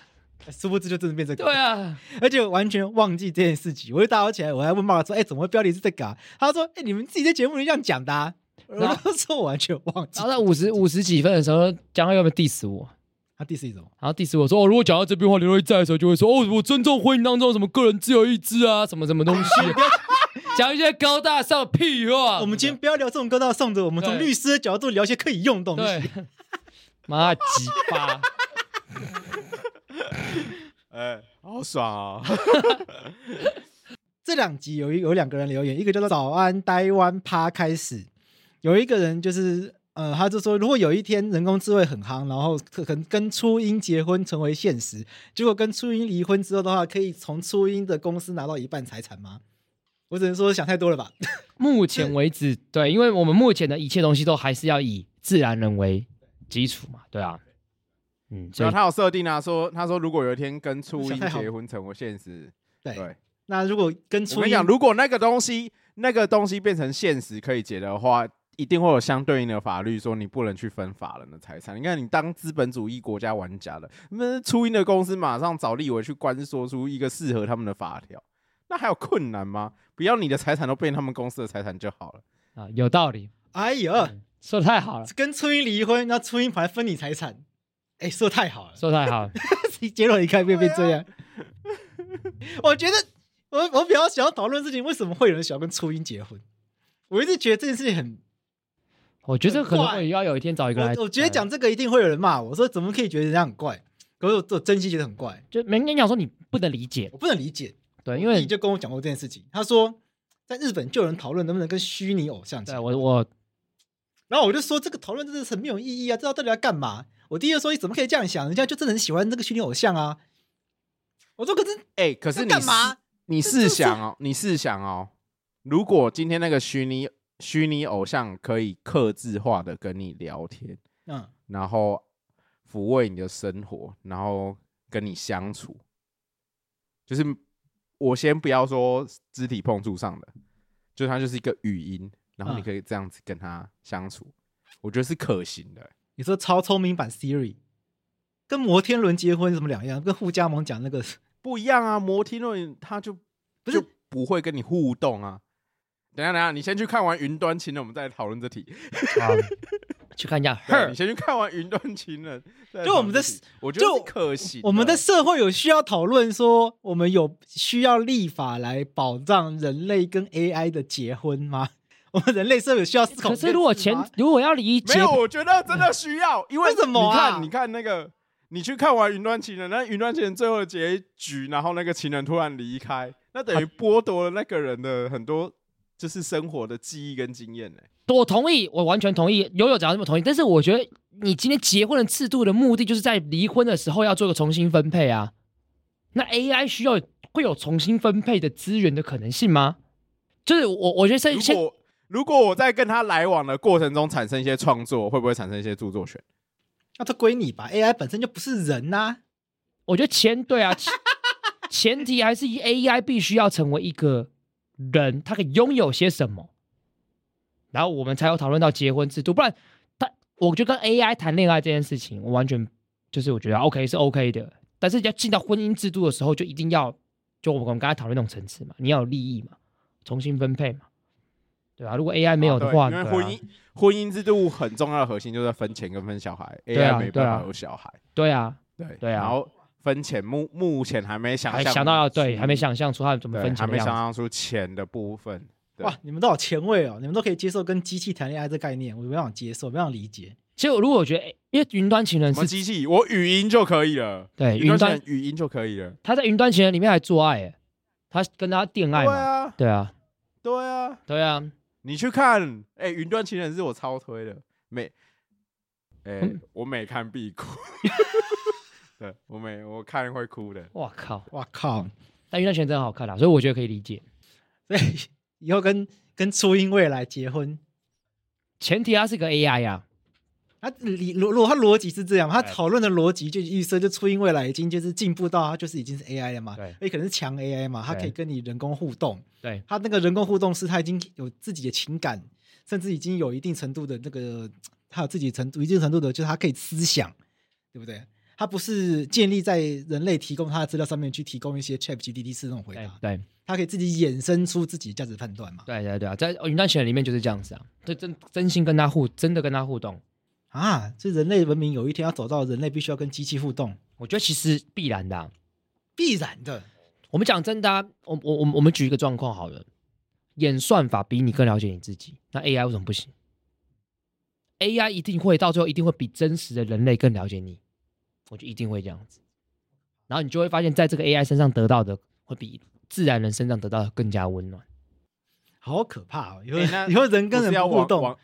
Speaker 4: 殊不知就真的变这个，
Speaker 3: 对，啊，
Speaker 4: 而且我完全忘记这件事情。我就大早起来，我还问 Mark 说：“哎、怎么会标题是这个、啊？”他说：“哎、你们自己在节目里这样讲的、啊。”我
Speaker 3: 然
Speaker 4: 就说：“我完全忘记
Speaker 3: 然。后在五十五十几分的时候，江浩佑有没有 diss 我？”
Speaker 4: 他第四种，
Speaker 3: 然后 diss 我说哦，如果讲到这边的话，刘若英在的时候就会说哦，我尊重婚姻当中什么个人自由意志啊，什么什么 东西，讲一些高大上的屁话。
Speaker 4: 我们今天不要聊这种高大上的，我们从
Speaker 3: 对
Speaker 4: 律师的角度聊一些可以用的东西。
Speaker 3: 对， 妈鸡巴，
Speaker 2: 哎、好爽啊、
Speaker 4: 这两集有一有两个人留言，一个叫做“早安呆湾趴”开始，有一个人就是呃，他就说，如果有一天人工智慧很夯，然后可可能跟初音结婚成为现实，结果跟初音离婚之后的话，可以从初音的公司拿到一半财产吗？我只能说想太多了吧。
Speaker 3: 目前为止，对，因为我们目前的一切东西都还是要以自然人为基础嘛，对啊，嗯，
Speaker 2: 然
Speaker 3: 所以
Speaker 2: 后他有设定啊，说他说如果有一天跟初
Speaker 4: 想
Speaker 2: 音
Speaker 4: 太好
Speaker 2: 结婚成为现实，
Speaker 4: 对，
Speaker 2: 对，
Speaker 4: 那如果跟
Speaker 2: 我
Speaker 4: 初
Speaker 2: 跟你
Speaker 4: 音
Speaker 2: 讲，如果那个东西那个东西变成现实可以解的话，一定会有相对应的法律说你不能去分法人的财产。你看，你当资本主义国家玩家了，那初音的公司马上找立委去关说出一个适合他们的法条，那还有困难吗？不要你的财产都变他们公司的财产就好了。
Speaker 3: 啊，有道理，
Speaker 4: 哎呦，
Speaker 3: 说的太好了，
Speaker 4: 跟初音离婚，然后初音跑来分你财产，哎，说得太好了。
Speaker 3: 说的 太好了，
Speaker 4: 结论一看变变这样。
Speaker 3: 啊
Speaker 4: 我觉得我我比较想要讨论的事情，为什么会有人想要跟初音结婚？我一直觉得这件事情很，
Speaker 3: 我觉得可能
Speaker 4: 很
Speaker 3: 我
Speaker 4: 怪
Speaker 3: 也要有一天找一个来，啊
Speaker 4: 我我觉得讲这个一定会有人骂我，说怎么可以觉得人家很怪？可是我我真心觉得很怪，
Speaker 3: 就没人讲说你不能理解
Speaker 4: 我，不能理解。
Speaker 3: 对，因
Speaker 4: 因
Speaker 3: 为
Speaker 4: 你就跟我讲过这件事情，他说在日本就有人讨论能不能跟虚拟偶像结
Speaker 3: 对
Speaker 4: 婚，
Speaker 3: 我啊我
Speaker 4: 然后我就说这个讨论真的是很没有意义啊，这到底要干嘛？我第一个说你怎么可以这样想？人家就真的很喜欢这个虚拟偶像啊。我说可是
Speaker 2: 哎、可是
Speaker 4: 这
Speaker 2: 你
Speaker 4: 干嘛？
Speaker 2: 你试想哦，你试想哦，如果今天那个虚拟虚拟偶像可以克制化的跟你聊天，
Speaker 4: 嗯，
Speaker 2: 然后抚慰你的生活，然后跟你相处，就是我先不要说肢体碰触上的，就它就是一个语音，然后你
Speaker 4: 嗯
Speaker 2: 可以这样子跟他相处，我觉得是可行的、欸
Speaker 4: 你说超聪明版 Siri 跟摩天轮结婚有什么两样？跟互加盟讲 那个
Speaker 2: 不一样啊。摩天轮它就
Speaker 4: 不是
Speaker 2: 就不会跟你互动啊。等一下等一下，你先去看完《云端情人》，我们再来讨论这题。
Speaker 3: 好去看一下
Speaker 2: 对你
Speaker 3: her，
Speaker 2: 先去看完《云端情人》再来讨论这题，
Speaker 4: 就我们的
Speaker 2: 我觉得
Speaker 4: 就是
Speaker 2: 可行
Speaker 4: 我们
Speaker 2: 的
Speaker 4: 的社会有需要讨论说，我们有需要立法来保障人类跟 AI 的结婚吗？我们人类社会有需要思考
Speaker 3: 可
Speaker 4: 这件事吗。
Speaker 3: 是如果前如果要理
Speaker 2: 没
Speaker 3: 解，
Speaker 2: 有，我觉得真的需 要，因为
Speaker 4: 为什么啊
Speaker 2: 你看，你看那个，你去看完《云端情人》，那《云端情人》最后的结局，然后那个情人突然离开，
Speaker 5: 那等于剥夺了那个人的很多就是生活的记忆跟经验呢、
Speaker 3: 我同意，我完全同意，悠悠讲的这么同意。但是我觉得你今天结婚的制度的目的，就是在离婚的时候要做个重新分配啊。那 AI 需要会有重新分配的资源的可能性吗？就是我，我觉得现
Speaker 2: 如
Speaker 3: 现
Speaker 2: 果如果我在跟他来往的过程中产生一些创作，会不会产生一些著作权？
Speaker 4: 那这归你吧，AI 本身就不是人呐、
Speaker 3: 我觉得前 对啊，前前提还是 AI 必须要成为一个人，他可以拥有些什么，然后我们才有讨论到结婚制度，不然他我就跟 AI 谈恋爱这件事情，我完全就是我觉得 OK 是 OK 的，但是要进到婚姻制度的时候，就一定要就我们刚才讨论那种层次嘛，你要有利益嘛，重新分配嘛，对啊，如果 AI 没有的话，
Speaker 2: 啊对因为
Speaker 3: 对啊
Speaker 2: 婚姻、婚姻制度很重要的核心就是分钱跟分小孩
Speaker 3: 对啊
Speaker 2: ，AI 没
Speaker 3: 对啊
Speaker 2: 办法有小孩，
Speaker 3: 对啊，
Speaker 2: 对
Speaker 3: 对啊
Speaker 2: 然后分钱目目前还没想
Speaker 3: 还
Speaker 2: 象
Speaker 3: 想到要
Speaker 2: 出
Speaker 3: 对，还没想象出他怎么
Speaker 2: 对
Speaker 3: 分
Speaker 2: 还
Speaker 3: 钱的
Speaker 2: 没
Speaker 3: 样
Speaker 2: 想
Speaker 3: 子，
Speaker 2: 象出钱的部分。对
Speaker 4: 哇，你们都好前卫哦，你们都可以接受跟机器谈恋爱这概念，我没办法接受，没办法理解。
Speaker 3: 其实如果我觉得，因为云端情人
Speaker 2: 什么
Speaker 3: 是
Speaker 2: 机器？我语音就可以了，
Speaker 3: 对
Speaker 2: 云
Speaker 3: 云
Speaker 2: 端
Speaker 3: 端
Speaker 2: 线语音就可以了。
Speaker 3: 他在云端情人里面还做爱，哎，他跟他恋爱
Speaker 2: 对
Speaker 3: 嘛？
Speaker 2: 啊，
Speaker 3: 对啊，
Speaker 2: 对啊，
Speaker 3: 对啊，
Speaker 2: 你去看，哎、云端情人是我超推的，每，哎、
Speaker 4: 嗯
Speaker 2: 我每看必 哭。对，我每我看会哭的。
Speaker 3: 我靠！
Speaker 4: 哇靠！
Speaker 3: 但云端情人真的好看啦，啊所以我觉得可以理解。
Speaker 4: 所以以后跟跟初音未来结婚，
Speaker 3: 前提他是个啊 AI 呀、
Speaker 4: 他理如如果他逻辑是这样，
Speaker 3: 哎
Speaker 4: 他讨论的逻辑就预设就初音未来已经就是进步到他就是已经是 AI 了嘛，
Speaker 3: 对
Speaker 4: 也可能是强 AI 嘛，他可以
Speaker 3: 对
Speaker 4: 跟你人工互动，
Speaker 3: 对
Speaker 4: 他那个人工互动是他已经有自己的情感，甚至已经有一定程度的那个，他有自己程度一定程度的，就是他可以思想，对不对？他不是建立在人类提供他的资料上面去提供一些 Chat GPT 式那种回
Speaker 3: 对
Speaker 4: 答，
Speaker 3: 对
Speaker 4: 他可以自己衍生出自己价值判断嘛？
Speaker 3: 对对对啊，在云端情人里面就是这样子啊，对真真心跟他互，真的跟他互动，
Speaker 4: 啊，这人类文明有一天要走到人类必须要跟机器互动，
Speaker 3: 我觉得其实必然的啊、
Speaker 4: 必然的。
Speaker 3: 我们讲真的、啊，我我我们我们举一个状况好了，演算法比你更了解你自己，那 AI 为什么不行？AI 一定会到最后一定会比真实的人类更了解你，我就一定会这样子。然后你就会发现，在这个 AI 身上得到的会比自然人身上得到的更加温暖。
Speaker 4: 好可怕哦！以后、
Speaker 2: 哎那
Speaker 4: 以后人跟
Speaker 2: 不
Speaker 4: 人
Speaker 2: 是要
Speaker 4: 不互
Speaker 2: 往
Speaker 4: 动
Speaker 2: 往，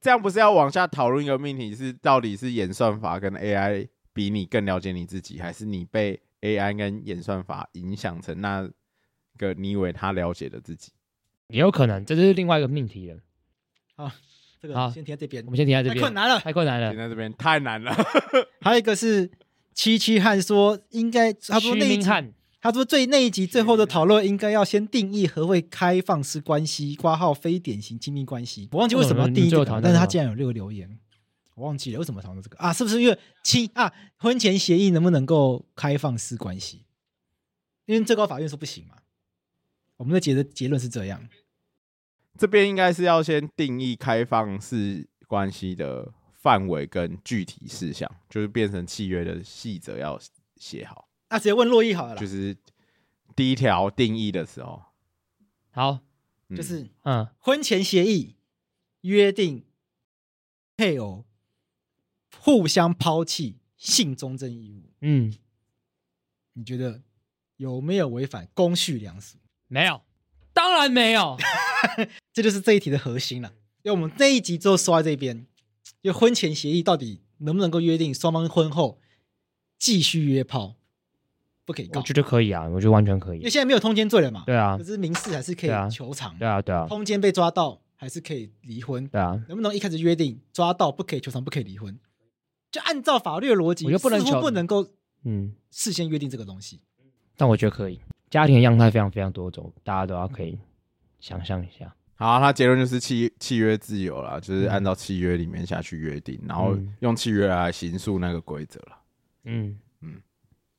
Speaker 2: 这样不是要往下讨论一个命题是到底是演算法跟 AI 比你更了解你自己，还是你被 AI 跟演算法影响成那个你以为他了解的自己？
Speaker 3: 也有可能，这就是另外一个命题了。
Speaker 4: 这个
Speaker 3: 好
Speaker 4: 先贴在这边
Speaker 3: 我。们先停在这
Speaker 4: 太
Speaker 3: 边，
Speaker 4: 困难了。
Speaker 3: 太困难
Speaker 2: 停
Speaker 3: 了。
Speaker 2: 在这边太难了，
Speaker 4: 还有一个是七七汉说，应该他说
Speaker 3: 屈
Speaker 4: 那一
Speaker 3: 明
Speaker 4: 集
Speaker 3: 翰，
Speaker 4: 他说最那一集最后的讨论应该要先定义何谓开放式关系，挂号非典型亲密关系。我忘记为什么要定义这
Speaker 3: 为
Speaker 4: 个
Speaker 3: 什么你们最后讨论
Speaker 4: 但是他
Speaker 3: 什么
Speaker 4: 哦竟然有六个留言，我忘记了为什么讨论这个啊？是不是因为亲啊婚前协议能不能够开放式关系？因为最高法院说不行嘛。我们的结的结论是这样，
Speaker 2: 这边应该是要先定义开放式关系的范围跟具体事项，就是变成契约的细则要写好，
Speaker 4: 啊那、直接问洛伊好了啦，就
Speaker 2: 就
Speaker 4: 是、
Speaker 2: 是第一条定义的时候，
Speaker 3: 好，
Speaker 2: 嗯
Speaker 4: 就是
Speaker 3: 嗯，
Speaker 4: 婚前协议约定配偶互相抛弃性忠贞义务，
Speaker 3: 嗯，
Speaker 4: 你觉得有没有违反公序良俗？
Speaker 3: 没有，当然没有。
Speaker 4: 这就是这一题的核心了。因为我们这一集就说到这边，就婚前协议到底能不能够约定双方婚后继续约炮，不可以
Speaker 3: 我
Speaker 4: 告，
Speaker 3: 觉得可以啊，我觉得完全可
Speaker 4: 因为
Speaker 3: 以。
Speaker 4: 现在没有通奸罪了嘛。
Speaker 3: 对啊
Speaker 4: 可，是民事还是可
Speaker 3: 对啊
Speaker 4: 以求偿，
Speaker 3: 对啊，对啊，
Speaker 4: 通奸被抓到还是可以离婚。
Speaker 3: 对啊。
Speaker 4: 能不能一开始约定抓到不可以求偿，不可以离婚？就按照法律的逻辑，
Speaker 3: 我觉得不能
Speaker 4: 似乎
Speaker 3: 求
Speaker 4: 不能够
Speaker 3: 嗯，
Speaker 4: 事先约定这个东西。
Speaker 3: 但我觉得可以。家庭的样态非常非常多种，大家都要可以想象一下。
Speaker 2: 好，他结论就是契契约自由啦，就是按照契约里面下去约定，然后
Speaker 3: 嗯
Speaker 2: 用契约来形塑那个规则了。
Speaker 3: 嗯
Speaker 2: 嗯
Speaker 3: 嗯，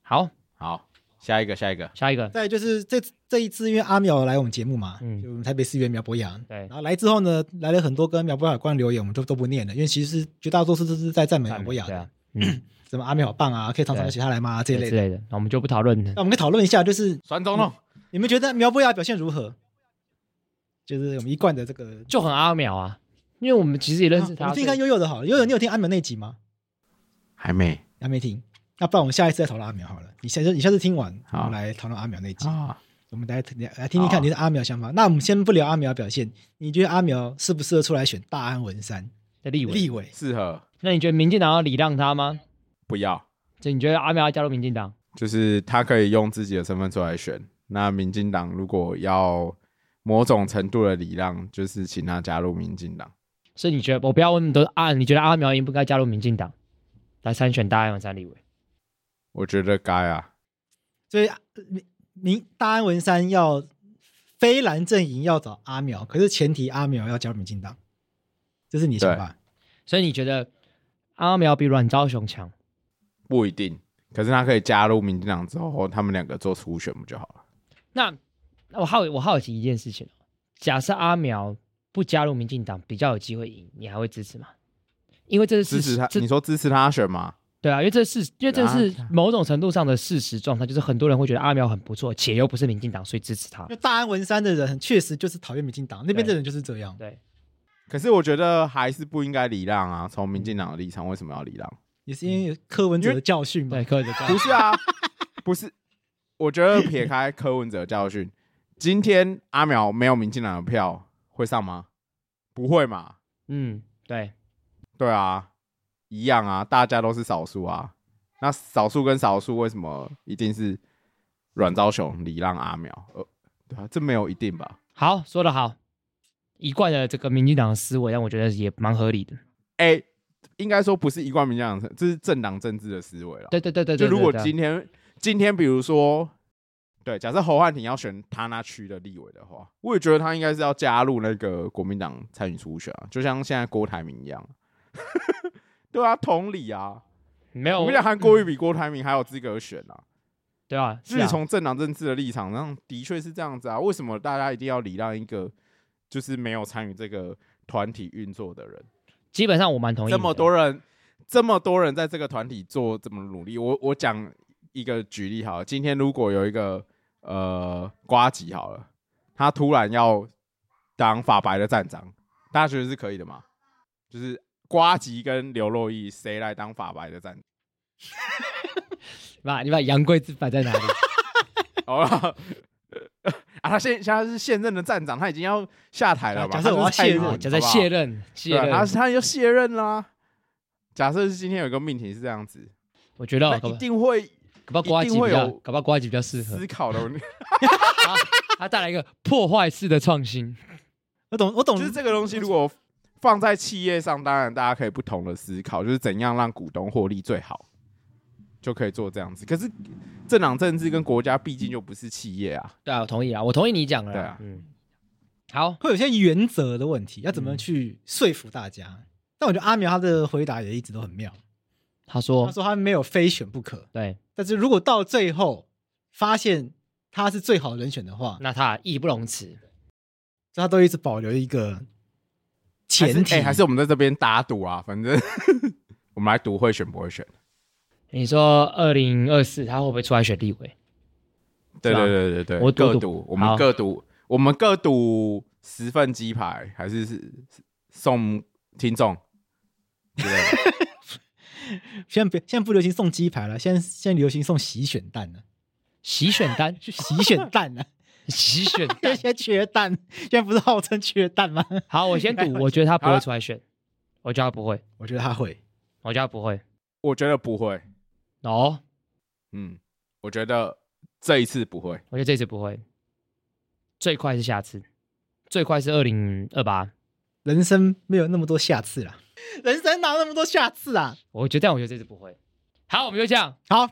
Speaker 3: 好，
Speaker 2: 好，下一个，下一个，
Speaker 3: 下一个，
Speaker 4: 再来就是这这一次，因为阿淼来我们节目嘛，
Speaker 3: 嗯
Speaker 4: 就我们台北市议员苗博雅，
Speaker 3: 对
Speaker 4: 然后来之后呢，来了很多跟苗博雅有关的留言，我们就都不念了，因为其实绝大多数都是在赞美苗博雅
Speaker 3: 对
Speaker 4: 的，
Speaker 3: 啊，嗯，
Speaker 4: 什么阿淼好棒啊，可以常常邀
Speaker 3: 对
Speaker 4: 请他来吗这一类
Speaker 3: 对之
Speaker 4: 的。哦
Speaker 3: 类的，那我们就不讨论了
Speaker 4: 那。我们可以讨论一下，就是
Speaker 2: 酸中弄，
Speaker 4: 你们觉得苗博雅表现如何？就是我们一贯的这个，
Speaker 3: 就很阿淼啊，因为我们其实也认识
Speaker 4: 啊我
Speaker 3: 他，
Speaker 4: 们听一下
Speaker 3: 所以
Speaker 4: 悠悠的好了，悠悠，你有听阿淼那集吗？
Speaker 2: 还没
Speaker 4: 还没听，那不然我们下一次再讨论阿苗好了。你下次你下次听完，
Speaker 2: 好
Speaker 4: 我们来讨论阿苗那集。
Speaker 2: 啊？
Speaker 4: 我们来来来听听看你的阿苗想法。那我们先不聊阿苗表现，你觉得阿苗适不适合出来选大安文山
Speaker 3: 的立委。
Speaker 4: 立委？
Speaker 2: 适合
Speaker 3: 那你觉得民进党要礼让他吗？
Speaker 2: 不要，
Speaker 3: 就你觉得阿苗要加入民进党？
Speaker 2: 就是他可以用自己的身份出来选。那民进党如果要某种程度的礼让，就是请他加入民进党。
Speaker 3: 所以你觉得我不要问那么多啊？你觉得阿苗应不该加入民进党来参选大安文山立委？
Speaker 2: 我觉得该啊，
Speaker 4: 所以明明大安文山要非蓝阵营要找阿苗，可是前提阿苗要加入民进党，这是你的想法？
Speaker 3: 所以你觉得阿苗比阮昭雄强？
Speaker 2: 不一定。可是他可以加入民进党之后，他们两个做初选不就好了？
Speaker 3: 那那我好我好奇一件事情哦，假设阿苗不加入民进党，比较有机会赢，你还会支持吗？因为这是事
Speaker 2: 支
Speaker 3: 实
Speaker 2: 持他，
Speaker 3: 这
Speaker 2: 你说支持他选吗？
Speaker 3: 对啊，因为这是因为这是
Speaker 2: 啊
Speaker 3: 某种程度上的事实状态，就是很多人会觉得阿苗很不错，且又不是民进党，所以支持他
Speaker 4: 因。为大安文山的人确实就是讨厌民进党，那边的人就是这样。
Speaker 3: 对，
Speaker 2: 可是我觉得还是不应该礼让啊。从民进党的立场，为什么要礼让？
Speaker 4: 也是因为有柯文哲的教训嘛
Speaker 3: 对，。柯文哲这样
Speaker 2: 不是啊，不是。我觉得撇开柯文哲教训，今天阿苗没有民进党的票会上吗？不会嘛？
Speaker 3: 嗯，对，
Speaker 2: 对啊，一样啊，大家都是少数啊。那少数跟少数为什么一定是阮昭雄礼让阿苗？呃，对啊，这没有一定吧？
Speaker 3: 好，说的好，一贯的这个民进党的思维，让我觉得也蛮合理的。
Speaker 2: 哎、应该说不是一贯民进党，这是政党政治的思维了。
Speaker 3: 对对对对
Speaker 2: 就
Speaker 3: 对，
Speaker 2: 如果
Speaker 3: 对对啊
Speaker 2: 今天今天比如说，对，假设侯汉廷要选他那区的立委的话，我也觉得他应该是要加入那个国民党参与初选啊，就像现在郭台铭一样。 对啊，同理啊，
Speaker 3: 没有，
Speaker 2: 我们讲韩国瑜比郭台铭还有资格选啊，
Speaker 3: 对啊，
Speaker 2: 就是是
Speaker 3: 啊
Speaker 2: 从政党政治的立场上，的确是这样子啊。为什么大家一定要礼让一个就是没有参与这个团体运作的人？
Speaker 3: 基本上我蛮同意你
Speaker 2: 这
Speaker 3: 的。
Speaker 2: 么多人，这么多人在这个团体做这么努力，我我讲一个举例好了，今天如果有一个呃瓜吉好了，他突然要当法白的站长，大家觉得是可以的吗？就是瓜吉跟刘若毅谁来当法白的站长？
Speaker 3: 你把你把杨贵枝摆在 哪里？
Speaker 2: 好 了。啊，他现现在是现任的站长，他已经要下台了嘛？
Speaker 4: 假设我要
Speaker 2: 他就
Speaker 4: 卸
Speaker 2: 是太
Speaker 4: 任
Speaker 2: 软
Speaker 3: 啊
Speaker 2: 了
Speaker 3: 就
Speaker 2: 好
Speaker 3: 在
Speaker 2: 不好
Speaker 3: 卸任，卸
Speaker 2: 对啊，
Speaker 3: 任。
Speaker 2: 他他就卸任啦。假设是今天有一个命题是这样子，
Speaker 3: 我觉得
Speaker 2: 那
Speaker 3: 哦搞
Speaker 2: 一
Speaker 3: 不
Speaker 2: 定会
Speaker 3: 搞不好瓜
Speaker 2: 一
Speaker 3: 吉
Speaker 2: 定
Speaker 3: 比
Speaker 2: 会
Speaker 3: 较，
Speaker 2: 有
Speaker 3: 搞不好瓜吉比较适合
Speaker 2: 思。考 的，
Speaker 3: 他 他带来一个破坏式的创新，
Speaker 4: 我懂，我懂，
Speaker 2: 就是这个东西如果放在企业上，当然大家可以不同的思考，就是怎样让股东获利最好，就可以做这样子。可是政党政治跟国家毕竟就不是企业啊，
Speaker 3: 对啊，我同意啊，我同意你讲的啦。
Speaker 2: 对啊
Speaker 3: 嗯，好，
Speaker 4: 会有些原则的问题，要怎么去说服大家？但我觉得阿苗他的回答也一直都很妙。
Speaker 3: 他说
Speaker 4: 他说他没有非选不可，
Speaker 3: 对，
Speaker 4: 但是如果到最后发现他是最好的人选的话，
Speaker 3: 那他义不容辞。
Speaker 4: 所以他都一直保留一个前
Speaker 2: 还
Speaker 4: 提，
Speaker 2: 是哎还是我们在这边打赌啊，反正 我们来赌会选不会选。
Speaker 3: 你说二零二四他会不会出来选立委？
Speaker 2: 对
Speaker 3: 是吧
Speaker 2: 对对对对，
Speaker 3: 我赌
Speaker 2: 各
Speaker 3: 赌
Speaker 2: 赌，我
Speaker 3: 好
Speaker 2: 们各赌，我们各赌十份鸡排，还是是送听众之 类的
Speaker 4: 现在不现在不流行送鸡排了，现在现在流行送洗选蛋了，
Speaker 3: 洗选单，
Speaker 4: 洗选蛋 了，
Speaker 3: 洗选
Speaker 4: 因为
Speaker 3: 单
Speaker 4: 现。在缺蛋，现在不是号称缺蛋吗？
Speaker 3: 好，我先 赌，我觉得他不会出来选，我觉得他不会，
Speaker 4: 我觉得他会，
Speaker 3: 我觉得他不会。
Speaker 2: 我觉得不会，
Speaker 3: 哦，
Speaker 2: 嗯，我觉得这一次不会。
Speaker 3: 我觉得这次不会，最快是下次，最快是二零二八。
Speaker 4: 人生没有那么多下次啦，人生哪有那么多下次啊？
Speaker 3: 我觉得，但我觉得这次不会。好，我们就这样。
Speaker 4: 好，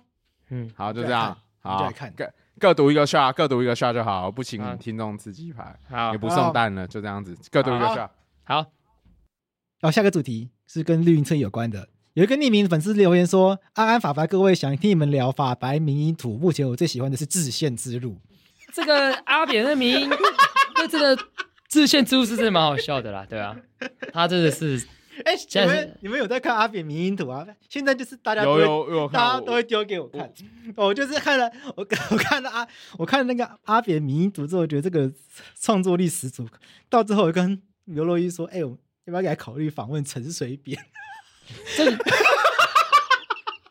Speaker 3: 嗯，
Speaker 2: 好，就这样，
Speaker 4: 我们就
Speaker 2: 好
Speaker 4: 来看，
Speaker 2: 各各赌一个 shot，各赌一个 shot 就好，不请
Speaker 3: 好
Speaker 2: 听众吃鸡排，
Speaker 3: 好
Speaker 2: 也不送蛋了，就这样子，各赌一个 shot。
Speaker 3: 好，
Speaker 4: 然后哦下个主题是跟绿营车有关的。有一个匿名粉丝留言说：“安安法白，各位想听你们聊法白民音图，目前我最喜欢的是制宪之路。
Speaker 3: 这个阿扁的名，那这个自线之路是真的蛮好笑的啦，对啊，他真的是
Speaker 4: 哎，你
Speaker 3: 现在是
Speaker 4: 们你们有在看阿扁民音图啊？现在就是大家都
Speaker 2: 有
Speaker 4: 会
Speaker 2: 有有看
Speaker 4: 大家
Speaker 2: 我
Speaker 4: 都会丢给我看。我就是看了我我看了阿我看了那个阿扁民音读之后，觉得这个创作力十足。到最后我跟刘若英说：“哎、我要不要给他考虑访问陈水扁？
Speaker 3: 这个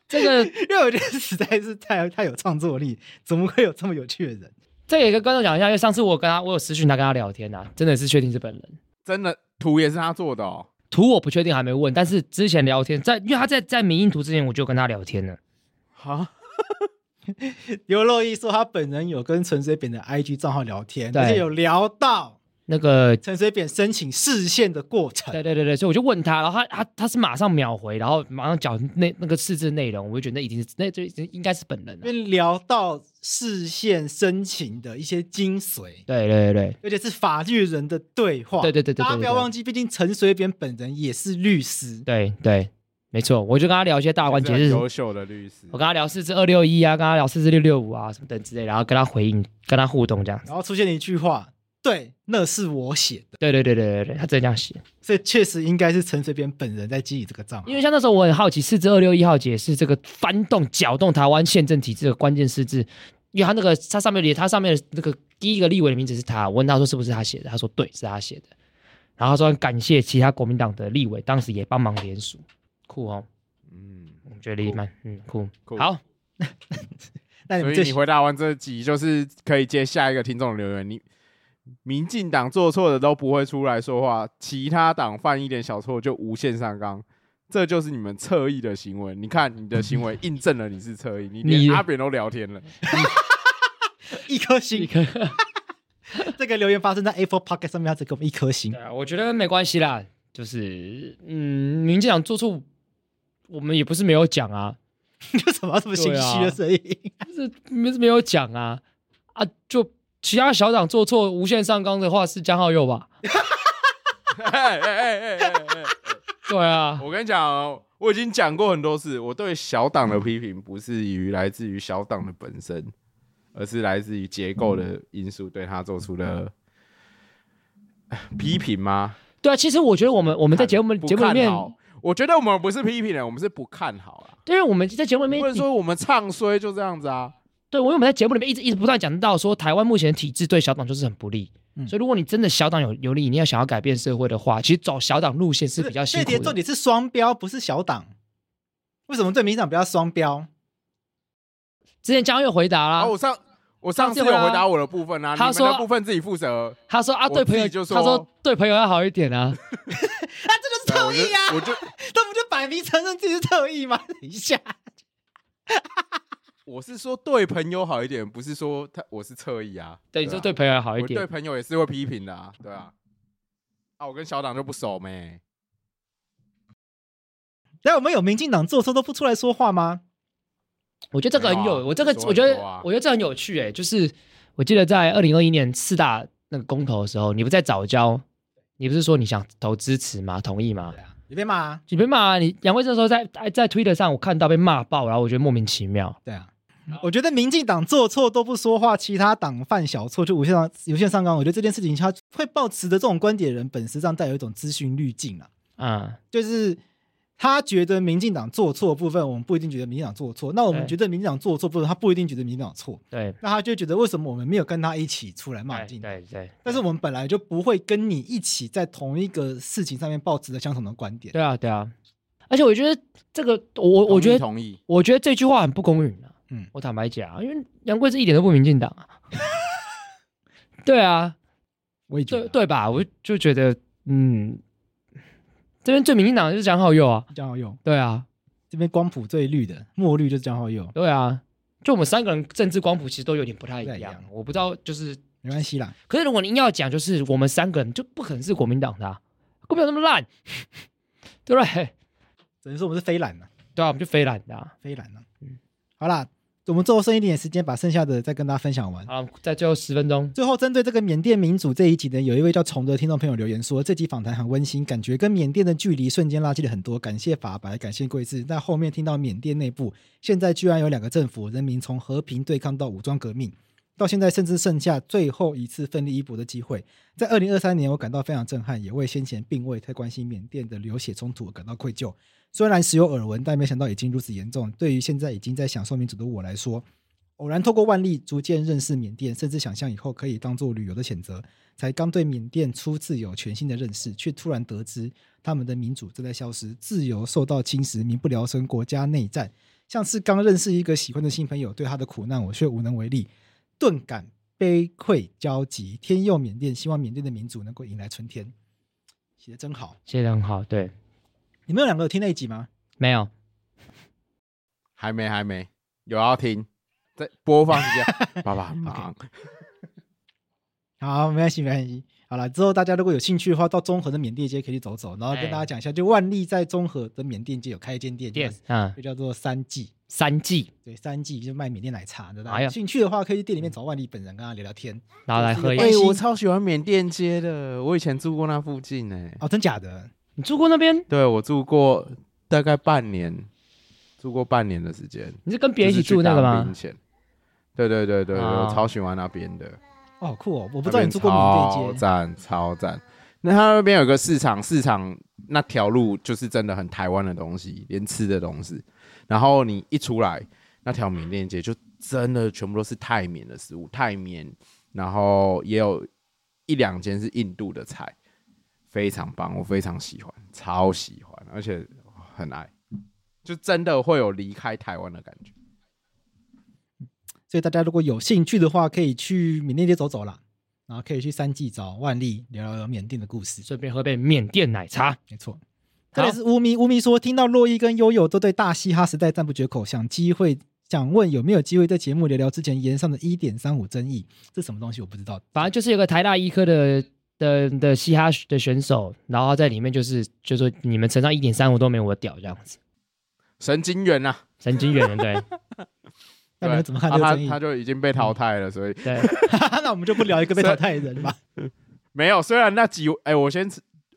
Speaker 3: 这个
Speaker 4: 因为我觉得实在是太太有创作力，怎么会有这么有趣的人？
Speaker 3: 这也跟观众讲一下，因为上次我有跟他，我有私讯他跟他聊天啊，真的是确定是本人。
Speaker 2: 真的图也是他做的哦。
Speaker 3: 图我不确定还没问，但是之前聊天在，因为他在在迷印图之前我就跟他聊天了。
Speaker 2: 好，
Speaker 4: 刘若英说她本人有跟陈水扁的 IG 账号聊天，
Speaker 3: 对
Speaker 4: 而且有聊到
Speaker 3: 那个，
Speaker 4: 陈水扁申请视线的过程
Speaker 3: 对。对对对，所以我就问他，然后他他他是马上秒回，然后马上讲那那个四字内容，我就觉得那一定是那这应该是本人、啊
Speaker 4: 因。为聊到视线申请的一些精髓，
Speaker 3: 对对对对，
Speaker 4: 而且是法律人的对话。
Speaker 3: 对对对对对
Speaker 4: 大家不要忘记，毕竟陈水扁本人也是律师。
Speaker 3: 对对，没错，我就跟他聊一些大
Speaker 2: 关
Speaker 3: 关
Speaker 2: 节
Speaker 3: 节
Speaker 2: 是
Speaker 3: 是，
Speaker 2: 优秀的律师
Speaker 3: 我跟。他聊四至二六一啊，跟他聊四至六六五啊什么等之类，然后跟他回应，跟他互动这样子。
Speaker 4: 然后出现了一句话：“对，那是我写的。
Speaker 3: 对对对对对对，他真的这样写。”
Speaker 4: 所以确实应该是陈水扁本人在基于这个账号
Speaker 3: 因。为像那时候我很好奇，四至二六一号解释这个翻动、搅动台湾宪政体制的关键四字，因为他那个他上面的他上面的那个第一个立委的名字是他，我问他说是不是他写的，他说对，是他写的，然后他说很感谢其他国民党的立委，当时也帮忙联署，酷哦，
Speaker 2: 嗯，
Speaker 3: 我觉得也蛮嗯酷，
Speaker 2: 酷
Speaker 3: 好，
Speaker 4: 那你
Speaker 2: 所
Speaker 4: 们
Speaker 2: 以
Speaker 4: 最
Speaker 2: 你回答完这集，就是可以接下一个听众的留言。你民进党做错的都不会出来说话，其他党犯一点小错就无限上纲，这就是你们侧翼的行为。你看你的行为印证了你是侧翼，你
Speaker 3: 你
Speaker 2: 连阿扁都聊天了。
Speaker 4: 一颗星，这个留言发生在 Apple Podcast 上面，他只给我们一颗星
Speaker 3: 对。啊，我觉得没关系啦，就是嗯，民进党做错，我们也不是没有讲啊，
Speaker 4: 你为什么要这么心虚的声音？
Speaker 3: 这没没有讲啊啊！就其他小党做错无限上纲的话是江浩佑吧？
Speaker 2: 哎哎哎哎哎哎
Speaker 3: 对啊，
Speaker 2: 我跟你讲哦、我已经讲过很多次，我对小党的批评不是于来自于小党的本身，而是来自于结构的因素对他做出的 呃批评吗？
Speaker 3: 对啊。其实我觉得我们我们在节目
Speaker 2: 不
Speaker 3: 节目里面
Speaker 2: 看，好，我觉得我们不是批评人，我们是不看好啦。
Speaker 3: 对，因为我们在节目里面
Speaker 2: 不能说我们唱衰就这样子啊。
Speaker 3: 对，我因为我们在节目里面一直一直不断讲到说，台湾目前的体制对小党就是很不利。
Speaker 4: 嗯
Speaker 3: 所以，如果你真的小党有有利，你要想要改变社会的话，其实走小党路线是比较辛
Speaker 4: 这题
Speaker 3: 苦
Speaker 4: 重
Speaker 3: 的。
Speaker 4: 点是双标，不是小党。为什么对民进党不要双标？
Speaker 3: 之前江浩佑回答啦，
Speaker 2: 啊，我上我上次有
Speaker 3: 上次有啊
Speaker 2: 回答我的部分啊，
Speaker 3: 他
Speaker 2: 你们
Speaker 3: 说
Speaker 2: 的部分自己负责。
Speaker 3: 他说啊，
Speaker 2: 我
Speaker 3: 对朋
Speaker 2: 自己就
Speaker 3: 友他说
Speaker 2: 说
Speaker 3: 对朋友要好一点 啊。
Speaker 4: 那这就是
Speaker 2: 对我
Speaker 4: 特
Speaker 2: 就
Speaker 4: 意啊！
Speaker 2: 我就
Speaker 4: 这不就摆明承认自己是特意吗？ 等一下，
Speaker 2: 我是说对朋友好一点，不是说他我是侧翼啊。
Speaker 3: 对，你说
Speaker 2: 啊
Speaker 3: 对朋友要好一
Speaker 2: 我对
Speaker 3: 点。
Speaker 2: 朋友也是会批评的、啊，对啊。啊，我跟小党就不熟没。
Speaker 4: 那我们有民进党做错都不出来说话吗？
Speaker 3: 我觉得这个很
Speaker 2: 没有
Speaker 3: 有，
Speaker 2: 啊
Speaker 3: 我这个
Speaker 2: 说很
Speaker 3: 我觉得
Speaker 2: 多啊
Speaker 3: 我觉得这很有趣哎、就是我记得在二零二一年四大那个公投的时候，你不在早教，你不是说你想投支持吗？同意吗？
Speaker 4: 你被骂、啊，
Speaker 3: 你被骂、啊，你杨慧这时候在在推特上我看到被骂爆，然后我觉得莫名其妙。
Speaker 4: 对啊。我觉得民进党做错都不说话，其他党犯小错就无限上无限上纲。我觉得这件事情，他会抱持的这种观点的人，本质上带有一种资讯滤镜啊，
Speaker 3: 嗯，
Speaker 4: 就是他觉得民进党做错的部分，我们不一定觉得民进党做错；那我们
Speaker 3: 对
Speaker 4: 觉得民进党做错部分，他不一定觉得民进党有错。
Speaker 3: 对，
Speaker 4: 那他就觉得为什么我们没有跟他一起出来骂
Speaker 3: 对
Speaker 4: 进？
Speaker 3: 对对，
Speaker 4: 但是我们本来就不会跟你一起在同一个事情上面抱持着相同的观点。
Speaker 3: 对啊对啊，而且我觉得这个我我觉得
Speaker 2: 同意，
Speaker 3: 我觉得这句话很不公允啊。嗯
Speaker 4: 嗯，
Speaker 3: 我坦白讲，因为杨贵是一点都不民进党 啊。对啊，
Speaker 4: 我也觉
Speaker 3: 对
Speaker 4: 得啊
Speaker 3: 对吧？我就觉得，嗯，这边最民进党的就是蒋浩佑啊，
Speaker 4: 江浩佑
Speaker 3: 对啊，
Speaker 4: 这边光谱最绿的墨绿就是江浩佑，
Speaker 3: 对啊，就我们三个人政治光谱其实都有点不太一
Speaker 4: 不太一
Speaker 3: 样
Speaker 4: 样。
Speaker 3: 我不知道，就是，
Speaker 4: 没关系啦。
Speaker 3: 可是如果您要讲，就是我们三个人就不可能是国民党的、啊，国民党那么烂， 对不对？
Speaker 4: 只能说我们是非蓝了、
Speaker 3: 对啊，我们就非懒的、啊。
Speaker 4: 非蓝了、好啦，我们最后剩一点时间，把剩下的再跟大家分享完。
Speaker 3: 好，在最后十分钟，
Speaker 4: 最后，针对这个缅甸民主这一集呢，有一位叫虫的听众朋友留言说，这集访谈很温馨，感觉跟缅甸的距离瞬间拉近了很多。感谢法白，感谢贵志。那后面听到缅甸内部现在居然有两个政府，人民从和平对抗到武装革命，到现在甚至剩下最后一次奋力一搏的机会。在二零二三年，我感到非常震撼，也为先前并未太关心缅甸的流血冲突而感到愧疚。虽然时有耳闻，但没想到已经如此严重。对于现在已经在享受民主的我来说，偶然透过万历逐渐认识缅甸，甚至想象以后可以当做旅游的选择，才刚对缅甸初次有全新的认识，却突然得知他们的民主正在消失，自由受到侵蚀，民不聊生，国家内战，像是刚认识一个喜欢的新朋友，对他的苦难我却无能为力，顿感。悲愧交集，天佑缅甸，希望缅甸的民主能够迎来春天。写的真好，
Speaker 3: 写的很好，对，
Speaker 4: 你们有两个有听那一集吗？
Speaker 3: 没有，
Speaker 2: 还没还没有要听，在播放时间，爸爸很忙，
Speaker 4: 好，没关系，没关系。好了，之后大家如果有兴趣的话，到中和的缅甸街可以去走走，然后跟
Speaker 3: 哎
Speaker 4: 大家讲一下，就万历在中和的缅甸街有开一间店，
Speaker 3: 店
Speaker 4: 就
Speaker 3: 嗯，
Speaker 4: 就叫做三季，
Speaker 3: 三季，
Speaker 4: 对，三季就卖缅甸奶茶的。大
Speaker 3: 哎
Speaker 4: 家
Speaker 3: 呀嗯
Speaker 4: 有兴趣的话，可以去店里面找万历本人，跟他聊聊天。
Speaker 3: 然后来喝一
Speaker 2: 哎、
Speaker 4: 关心
Speaker 2: 我超喜欢缅甸街的，我以前住过那附近呢、
Speaker 4: 哦，真假的？
Speaker 3: 你住过那边？
Speaker 2: 对我住过大概半年，住过半年的时间，
Speaker 3: 你是跟别人一起
Speaker 2: 就是
Speaker 3: 住
Speaker 2: 去
Speaker 3: 那个
Speaker 2: 当兵
Speaker 3: 吗？
Speaker 2: 前？对对对对对，
Speaker 3: 哦
Speaker 2: 我超喜欢那边的，
Speaker 4: 哦，好酷哦！我不
Speaker 2: 我
Speaker 4: 知道你住过缅
Speaker 2: 超
Speaker 4: 甸街，
Speaker 2: 赞超赞。那他那边有个市场，市场那条路就是真的很台湾的东西，连吃的东西。然后你一出来，那条缅甸街就真的全部都是泰缅的食物，泰缅，然后也有一两间是印度的菜，非常棒，我非常喜欢，超喜欢，而且很爱，就真的会有离开台湾的感觉。
Speaker 4: 所以大家如果有兴趣的话，可以去缅甸街走走啦，然后可以去三季找万历聊聊缅甸的故事。
Speaker 3: 顺便喝杯缅甸奶茶。
Speaker 4: 没错。这里是乌咪，乌咪说听到洛伊跟悠悠都对大嘻哈时代赞不绝口，想机会想问有没有机会在节目聊聊之前延上的一点三五争议，这什么东西我不知道。
Speaker 3: 反正就是有个台大医科的的的嘻哈的选手，然后他在里面就是就说你们乘上一点三五都没有我屌这样子，
Speaker 2: 神经元啊，
Speaker 3: 神经元 对
Speaker 4: 那你
Speaker 2: 对
Speaker 4: 们怎么看
Speaker 2: 啊
Speaker 4: 这个
Speaker 2: 他
Speaker 4: 争议？
Speaker 2: 他就已经被淘汰了，所以
Speaker 3: 对，
Speaker 4: 那我们就不聊一个被淘汰的人 吧。
Speaker 2: 没有，虽然那集，哎、我先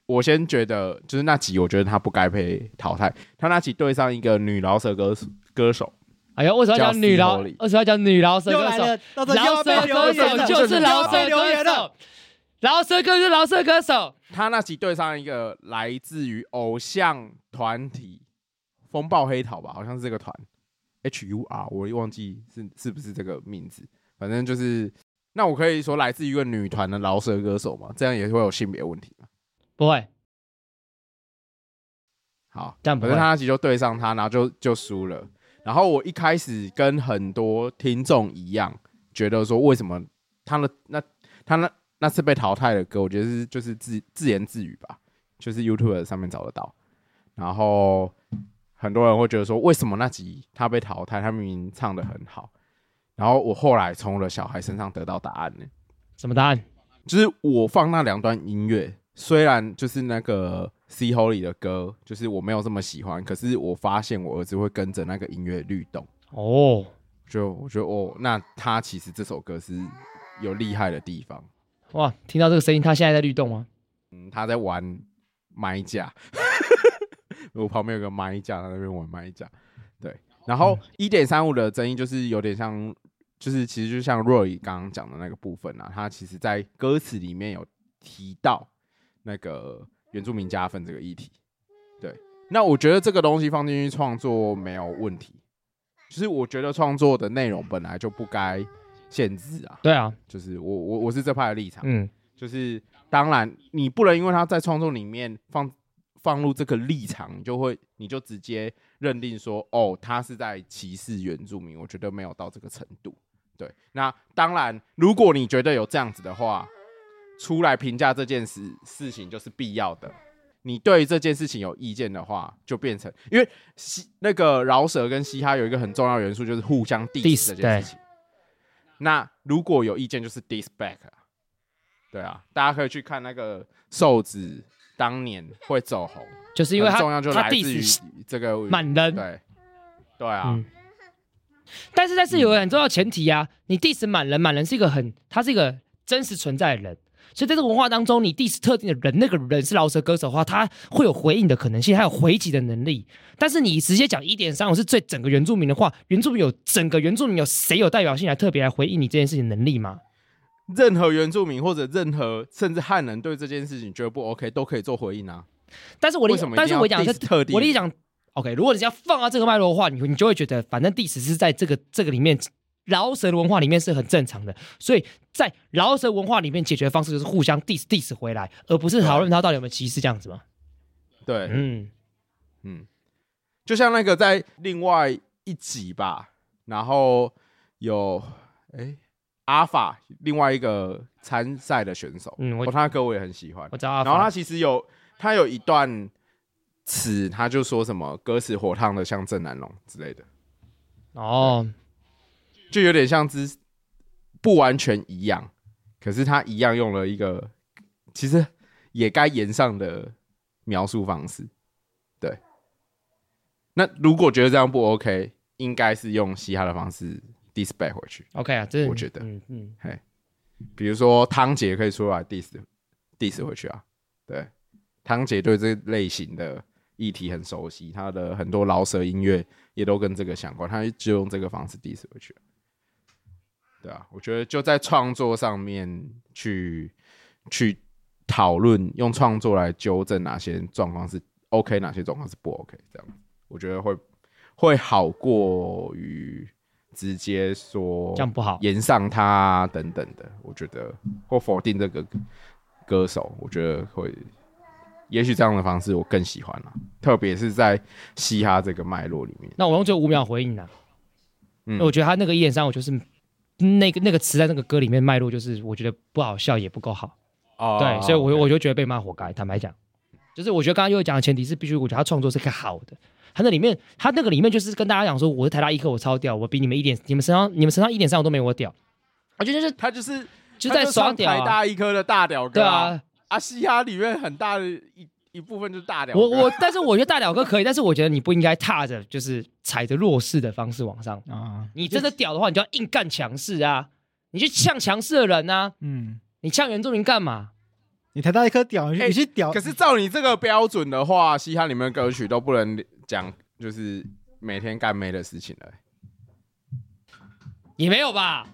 Speaker 2: 我先觉得，就是那集，我觉得他不该被淘汰。他那集对上一个女饶舌歌手歌手，
Speaker 3: 哎呦，为什么要讲女饶？
Speaker 2: 叫 C
Speaker 3: 为什么要讲女饶舌
Speaker 4: 又
Speaker 3: 歌
Speaker 4: 来
Speaker 3: 手？
Speaker 4: 了，到这又
Speaker 3: 饶
Speaker 4: 要被
Speaker 3: 舌
Speaker 4: 留
Speaker 3: 歌
Speaker 4: 言
Speaker 3: 手
Speaker 4: 了，
Speaker 3: 就是
Speaker 4: 又
Speaker 3: 饶
Speaker 4: 要被
Speaker 3: 舌
Speaker 4: 留
Speaker 3: 歌
Speaker 4: 言了。
Speaker 3: 手，饶舌歌就是饶舌歌手。
Speaker 2: 他那集对上一个来自于偶像团体风暴黑桃吧，好像是这个团 H U R，我忘记是是不是这个名字，反正就是。那我可以说来自于一个女团的饶舌歌手嘛，这样也会有性别问题嘛？
Speaker 3: 不会，
Speaker 2: 好，
Speaker 3: 这样不
Speaker 2: 反
Speaker 3: 会
Speaker 2: 正他那集就对上他，然后就就输了。然后我一开始跟很多听众一样，觉得说为什么他的那他那那次被淘汰的歌，我觉得是就是自自言自语吧，就是 YouTube 上面找得到。然后很多人会觉得说，为什么那集他被淘汰？他明明唱的很好。然后我后来从我的小孩身上得到答案呢、
Speaker 3: 什么答案？
Speaker 2: 就是我放那两段音乐，虽然就是那个 C Holy 的歌，就是我没有这么喜欢，可是我发现我儿子会跟着那个音乐律动，
Speaker 3: 哦，
Speaker 2: 就我觉得哦，那他其实这首歌是有厉害的地方，
Speaker 3: 哇，听到这个声音，他现在在律动吗？
Speaker 2: 嗯，他在玩麦架，我旁边有个麦架，他在那边玩麦架，对，然后一点三五的争议就是有点像。就是其实就像若 o 刚刚讲的那个部分啊，他其实在歌词里面有提到那个原住民加分这个议题。对，那我觉得这个东西放进去创作没有问题，就是我觉得创作的内容本来就不该限制啊，
Speaker 3: 对啊，
Speaker 2: 就是我我我是这派的立场，啊
Speaker 3: 嗯，
Speaker 2: 就是当然你不能因为他在创作里面放放入这个立场，你就会你就直接认定说哦，他是在歧视原住民，我觉得没有到这个程度。对，那当然，如果你觉得有这样子的话，出来评价这件事事情就是必要的。你对这件事情有意见的话，就变成因为嘻那个饶舌跟嘻哈有一个很重要的元素，就是互相 diss
Speaker 3: diss，
Speaker 2: 这件事情。那如果有意见，就是 diss back 啊对啊，大家可以去看那个瘦子当年会走红，
Speaker 3: 就是因为他
Speaker 2: 很重要就
Speaker 3: 他
Speaker 2: 来自于
Speaker 3: diss
Speaker 2: 这个
Speaker 3: 满人，
Speaker 2: 对对啊，
Speaker 3: 嗯，但是但是有个很重要的前提啊，你 diss 满人，满人是一个很，他是一个真实存在的人，所以在这个文化当中，你 diss 特定的人，那个人是饶舌歌手的话，他会有回应的可能性，他有回击的能力。但是你直接讲一点三，我是最整个原住民的话，原住民有整个原住民有谁有代表性来特别来回应你这件事情的能力吗？
Speaker 2: 任何原住民或者任何甚至汉人对这件事情觉得不 OK，都可以做回应啊。
Speaker 3: 但是我的
Speaker 2: 为什么一定
Speaker 3: 但是
Speaker 2: 要
Speaker 3: 我讲
Speaker 2: diss
Speaker 3: 是
Speaker 2: 特定
Speaker 3: 我的讲，OK，如果你要放啊到这个脉络的话，你你就会觉得，反正 diss 是在这个这个里面饶舌文化里面是很正常的，所以在饶舌文化里面解决方式就是互相 diss diss 回来，而不是讨论他到底有没有歧视这样子嘛。
Speaker 2: 对，啊
Speaker 3: 嗯，
Speaker 2: 嗯，就像那个在另外一集吧，然后有哎、诶阿法另外一个参赛的选手，
Speaker 3: 嗯，
Speaker 2: 我
Speaker 3: 我
Speaker 2: 他歌我也很喜欢
Speaker 3: 我。知道阿
Speaker 2: 然后他
Speaker 3: 法，
Speaker 2: 其实有他有一段词，他就说什么歌词火烫的像郑南龙之类的，
Speaker 3: 哦，
Speaker 2: 就有点像之不完全一样，可是他一样用了一个其实也该言上的描述方式。对，那如果觉得这样不 OK，应该是用嘻哈的方式 dispatch 回去。
Speaker 3: OK 啊，这是
Speaker 2: 我觉得
Speaker 3: 嗯嗯，
Speaker 2: 比如说汤姐可以出来 diss diss 回去啊，对，汤姐对这类型的议题很熟悉，她的很多饶舌音乐也都跟这个相关，她就用这个方式 diss 回去啊、对啊，我觉得就在创作上面去去讨论，用创作来纠正哪些状况是 OK，哪些状况是不 OK，这样我觉得会会好过于直接说
Speaker 3: 这样不好
Speaker 2: 延上他啊等等的，我觉得或否定这个歌手，我觉得会，也许这样的方式我更喜欢了、特别是在嘻哈这个脉络里面。
Speaker 3: 那我用这五秒回应啦。
Speaker 2: 嗯
Speaker 3: 嗯，我觉得他那个一点三，我就是那个那个词在那个歌里面脉络，就是我觉得不好笑也不够好。
Speaker 2: 哦
Speaker 3: 对，所以我我就觉得被骂活该。坦白讲，就是我觉得刚刚又讲的前提是，必须我觉得他创作是个好的。他那里面，他那个里面就是跟大家讲说，我是台大一科，我超屌，我比你们一点，你们身上你们身上一点伤我都没我屌。我觉得就是
Speaker 2: 他就是
Speaker 3: 就在
Speaker 2: 他
Speaker 3: 耍
Speaker 2: 唱
Speaker 3: 屌
Speaker 2: 台
Speaker 3: 啊，
Speaker 2: 大一科的大屌哥、
Speaker 3: 对啊，
Speaker 2: 啊，嘻哈里面很大的一一部分就是大屌哥。啊
Speaker 3: 我我，但是我觉得大屌哥可以，但是我觉得你不应该踏着就是踩着弱势的方式往上。
Speaker 4: 啊，
Speaker 3: 你真的屌的话，你就要硬干强势啊，你去呛强势的人啊，
Speaker 4: 嗯，
Speaker 3: 你呛原住民干嘛？
Speaker 4: 你台大一颗屌，你去
Speaker 2: 哎
Speaker 4: 你去屌，
Speaker 2: 可是照你这个标准的话，嘻哈里面的歌曲都不能讲就是每天干妹的事情了、
Speaker 3: 也没有吧？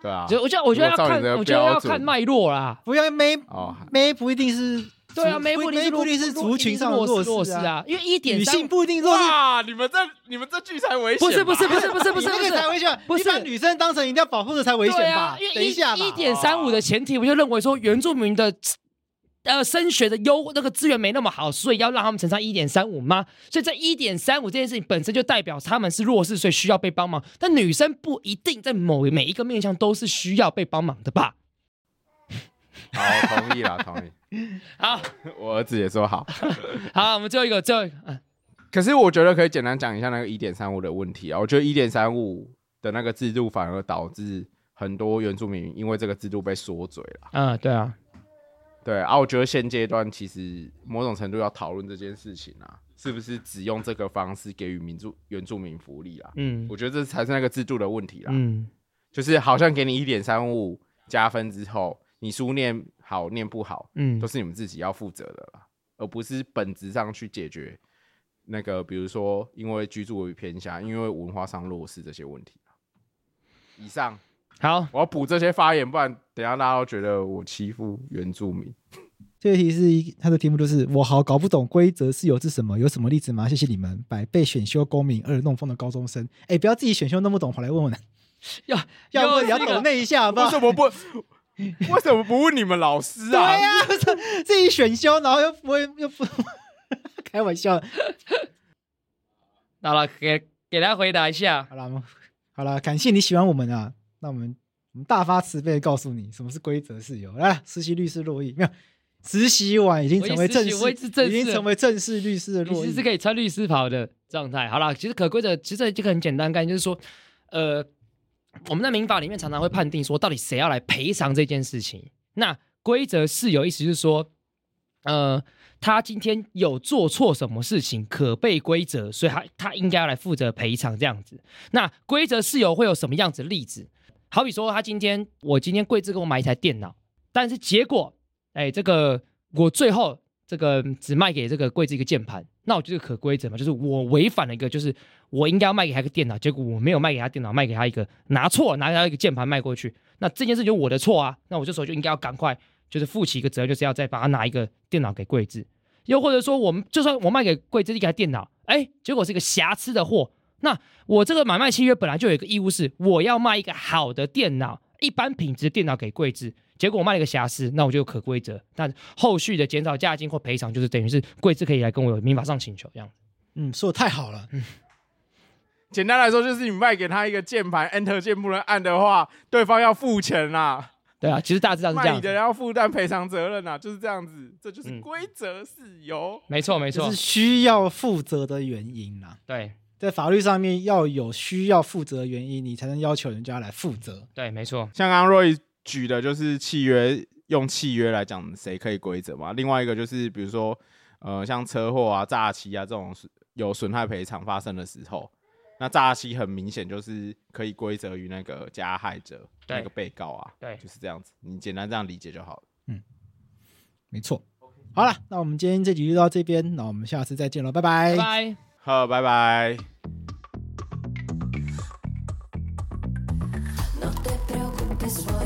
Speaker 2: 对啊，
Speaker 3: 就我觉得我觉得要
Speaker 2: 如果照
Speaker 3: 看
Speaker 2: 你的，
Speaker 3: 我觉得要
Speaker 2: 标准
Speaker 3: 看脉络啦。
Speaker 4: 不要妹
Speaker 2: 哦，
Speaker 4: 妹不一定是
Speaker 3: 对啊，
Speaker 4: 族
Speaker 3: 没不一定是
Speaker 4: 妹不一定是族群上的
Speaker 3: 弱
Speaker 4: 弱
Speaker 3: 势
Speaker 4: 势，
Speaker 3: 啊，因为一点
Speaker 4: 女
Speaker 3: 三
Speaker 4: 性不一定弱势。
Speaker 2: 哇，你们这你们这句才危险吧，
Speaker 3: 不是不是不是 不是不是
Speaker 4: 你
Speaker 3: 不
Speaker 4: 那
Speaker 3: 是
Speaker 4: 个才危险吧，
Speaker 3: 不是
Speaker 4: 你把女生当成一定要保护的才危
Speaker 3: 对
Speaker 4: 险
Speaker 3: 啊
Speaker 4: 吧？，
Speaker 3: 因
Speaker 4: 等
Speaker 3: 为
Speaker 4: 一下吧
Speaker 3: 一，点三五的前提，我就认为说原住民的。呃，升学的优那个资源没那么好，所以要让他们乘上一点三五吗？所以这一点三五这件事情本身就代表他们是弱势，所以需要被帮忙。但女生不一定在某每一个面向都是需要被帮忙的吧？
Speaker 2: 好，同意啦，同意。
Speaker 3: 好，
Speaker 2: 我儿子也说好，
Speaker 3: 好，我们最后一个，最后一个，嗯
Speaker 2: 可是我觉得可以简单讲一下那个一点三五的问题啊。我觉得一点三五的那个制度反而导致很多原住民因为这个制度被缩嘴了。
Speaker 3: 嗯，对啊，
Speaker 2: 对啊，我觉得现阶段其实某种程度要讨论这件事情啊，是不是只用这个方式给予民住原住民福利啦？
Speaker 3: 嗯
Speaker 2: 我觉得这才是那个制度的问题啦。
Speaker 3: 嗯，
Speaker 2: 就是好像给你一点三五加分之后，你书念好念不好，
Speaker 3: 嗯
Speaker 2: 都是你们自己要负责的啦，而不是本质上去解决那个，比如说因为居住为偏狭，因为文化上弱势这些问题。啊以上，
Speaker 3: 好，
Speaker 2: 我要补这些发言，不然等一下大家都觉得我欺负原住民。
Speaker 4: 这题是一，它的题目就是“我好搞不懂规则是由是什么，有什么例子吗？”谢谢你们，百倍选修公民二弄疯的高中生，哎，不要自己选修弄不懂跑来问我呢，
Speaker 3: 要
Speaker 4: 要问也要
Speaker 3: 这个
Speaker 4: 懂那一下好不
Speaker 2: 为
Speaker 4: 好？
Speaker 2: 什么不？为什么不问你们老师
Speaker 4: 对
Speaker 2: 啊？
Speaker 4: 呀、 自己选修，然后又不会又不 开玩笑。
Speaker 3: 好了，给给他回答一下。
Speaker 4: 好啦，我们 好啦，感谢你喜欢我们啊，那我们我们大发慈悲地告诉你什么是规则是由来，实习律师洛毅没有。实习完已经成为正式，
Speaker 3: 我已经实习我已经正式
Speaker 4: 已经成为正式律师的
Speaker 3: 你
Speaker 4: 洛
Speaker 3: 是
Speaker 4: 毅
Speaker 3: 是。可以穿律师袍的状态。好啦，其实可规则其实这个很简单概念，就是说，呃，我们在民法里面常常会判定说，到底谁要来赔偿这件事情。那规则是有意思，就是说，呃，他今天有做错什么事情，可被规则，所以他他应该要来负责赔偿这样子。那规则事由会有什么样子的例子？好比说，他今天我今天贵志给我买一台电脑，但是结果，哎，这个我最后这个只卖给这个贵志一个键盘，那我就是可规则嘛，就是我违反了一个，就是我应该要卖给他一个电脑，结果我没有卖给他电脑，卖给他一个拿错，拿给他一个键盘卖过去，那这件事就是我的错啊，那我这时候就应该要赶快就是负起一个责任，就是要再把他拿一个电脑给贵志，又或者说我们就算我卖给贵志一台电脑，哎，结果是一个瑕疵的货，那我这个买卖契约本来就有一个义务是，我要卖一个好的电脑，一般品质的电脑给贵志。结果我卖了一个瑕疵，那我就有可归责。那后续的减少价金或赔偿，就是等于是贵志可以来跟我有民法上请求这样。
Speaker 4: 嗯，说的太好了，
Speaker 2: 简单来说，就是你卖给他一个键盘，Enter 键不能按的话，对方要付钱啦，
Speaker 3: 对啊，其实大致上是这
Speaker 2: 卖
Speaker 3: 样
Speaker 2: 你的
Speaker 3: 子，
Speaker 2: 人要负担赔偿责任啦，啊就是这样子，这就是
Speaker 3: 嗯
Speaker 2: 规则是由。
Speaker 3: 没错没
Speaker 4: 就
Speaker 3: 错
Speaker 4: 是，需要负责的原因啦。
Speaker 3: 对
Speaker 4: 在法律上面要有需要负责的原因，你才能要求人家来负责。
Speaker 3: 对没错，
Speaker 2: 像刚刚 Roy 举的就是契约，用契约来讲谁可以规则嘛。另外一个就是比如说，呃，像车祸啊、诈欺啊这种是有损害赔偿发生的时候，那诈欺很明显就是可以归责于那个加害者、
Speaker 3: 对
Speaker 2: 那个被告啊，
Speaker 3: 对
Speaker 2: 就是这样子。你简单这样理解就好了。
Speaker 4: 没错。好了，那我们今天这集就到这边，那我们下次再见喽，拜
Speaker 2: 哎
Speaker 3: 拜拜。
Speaker 2: 好，拜拜。
Speaker 6: No te preocupes, Roy.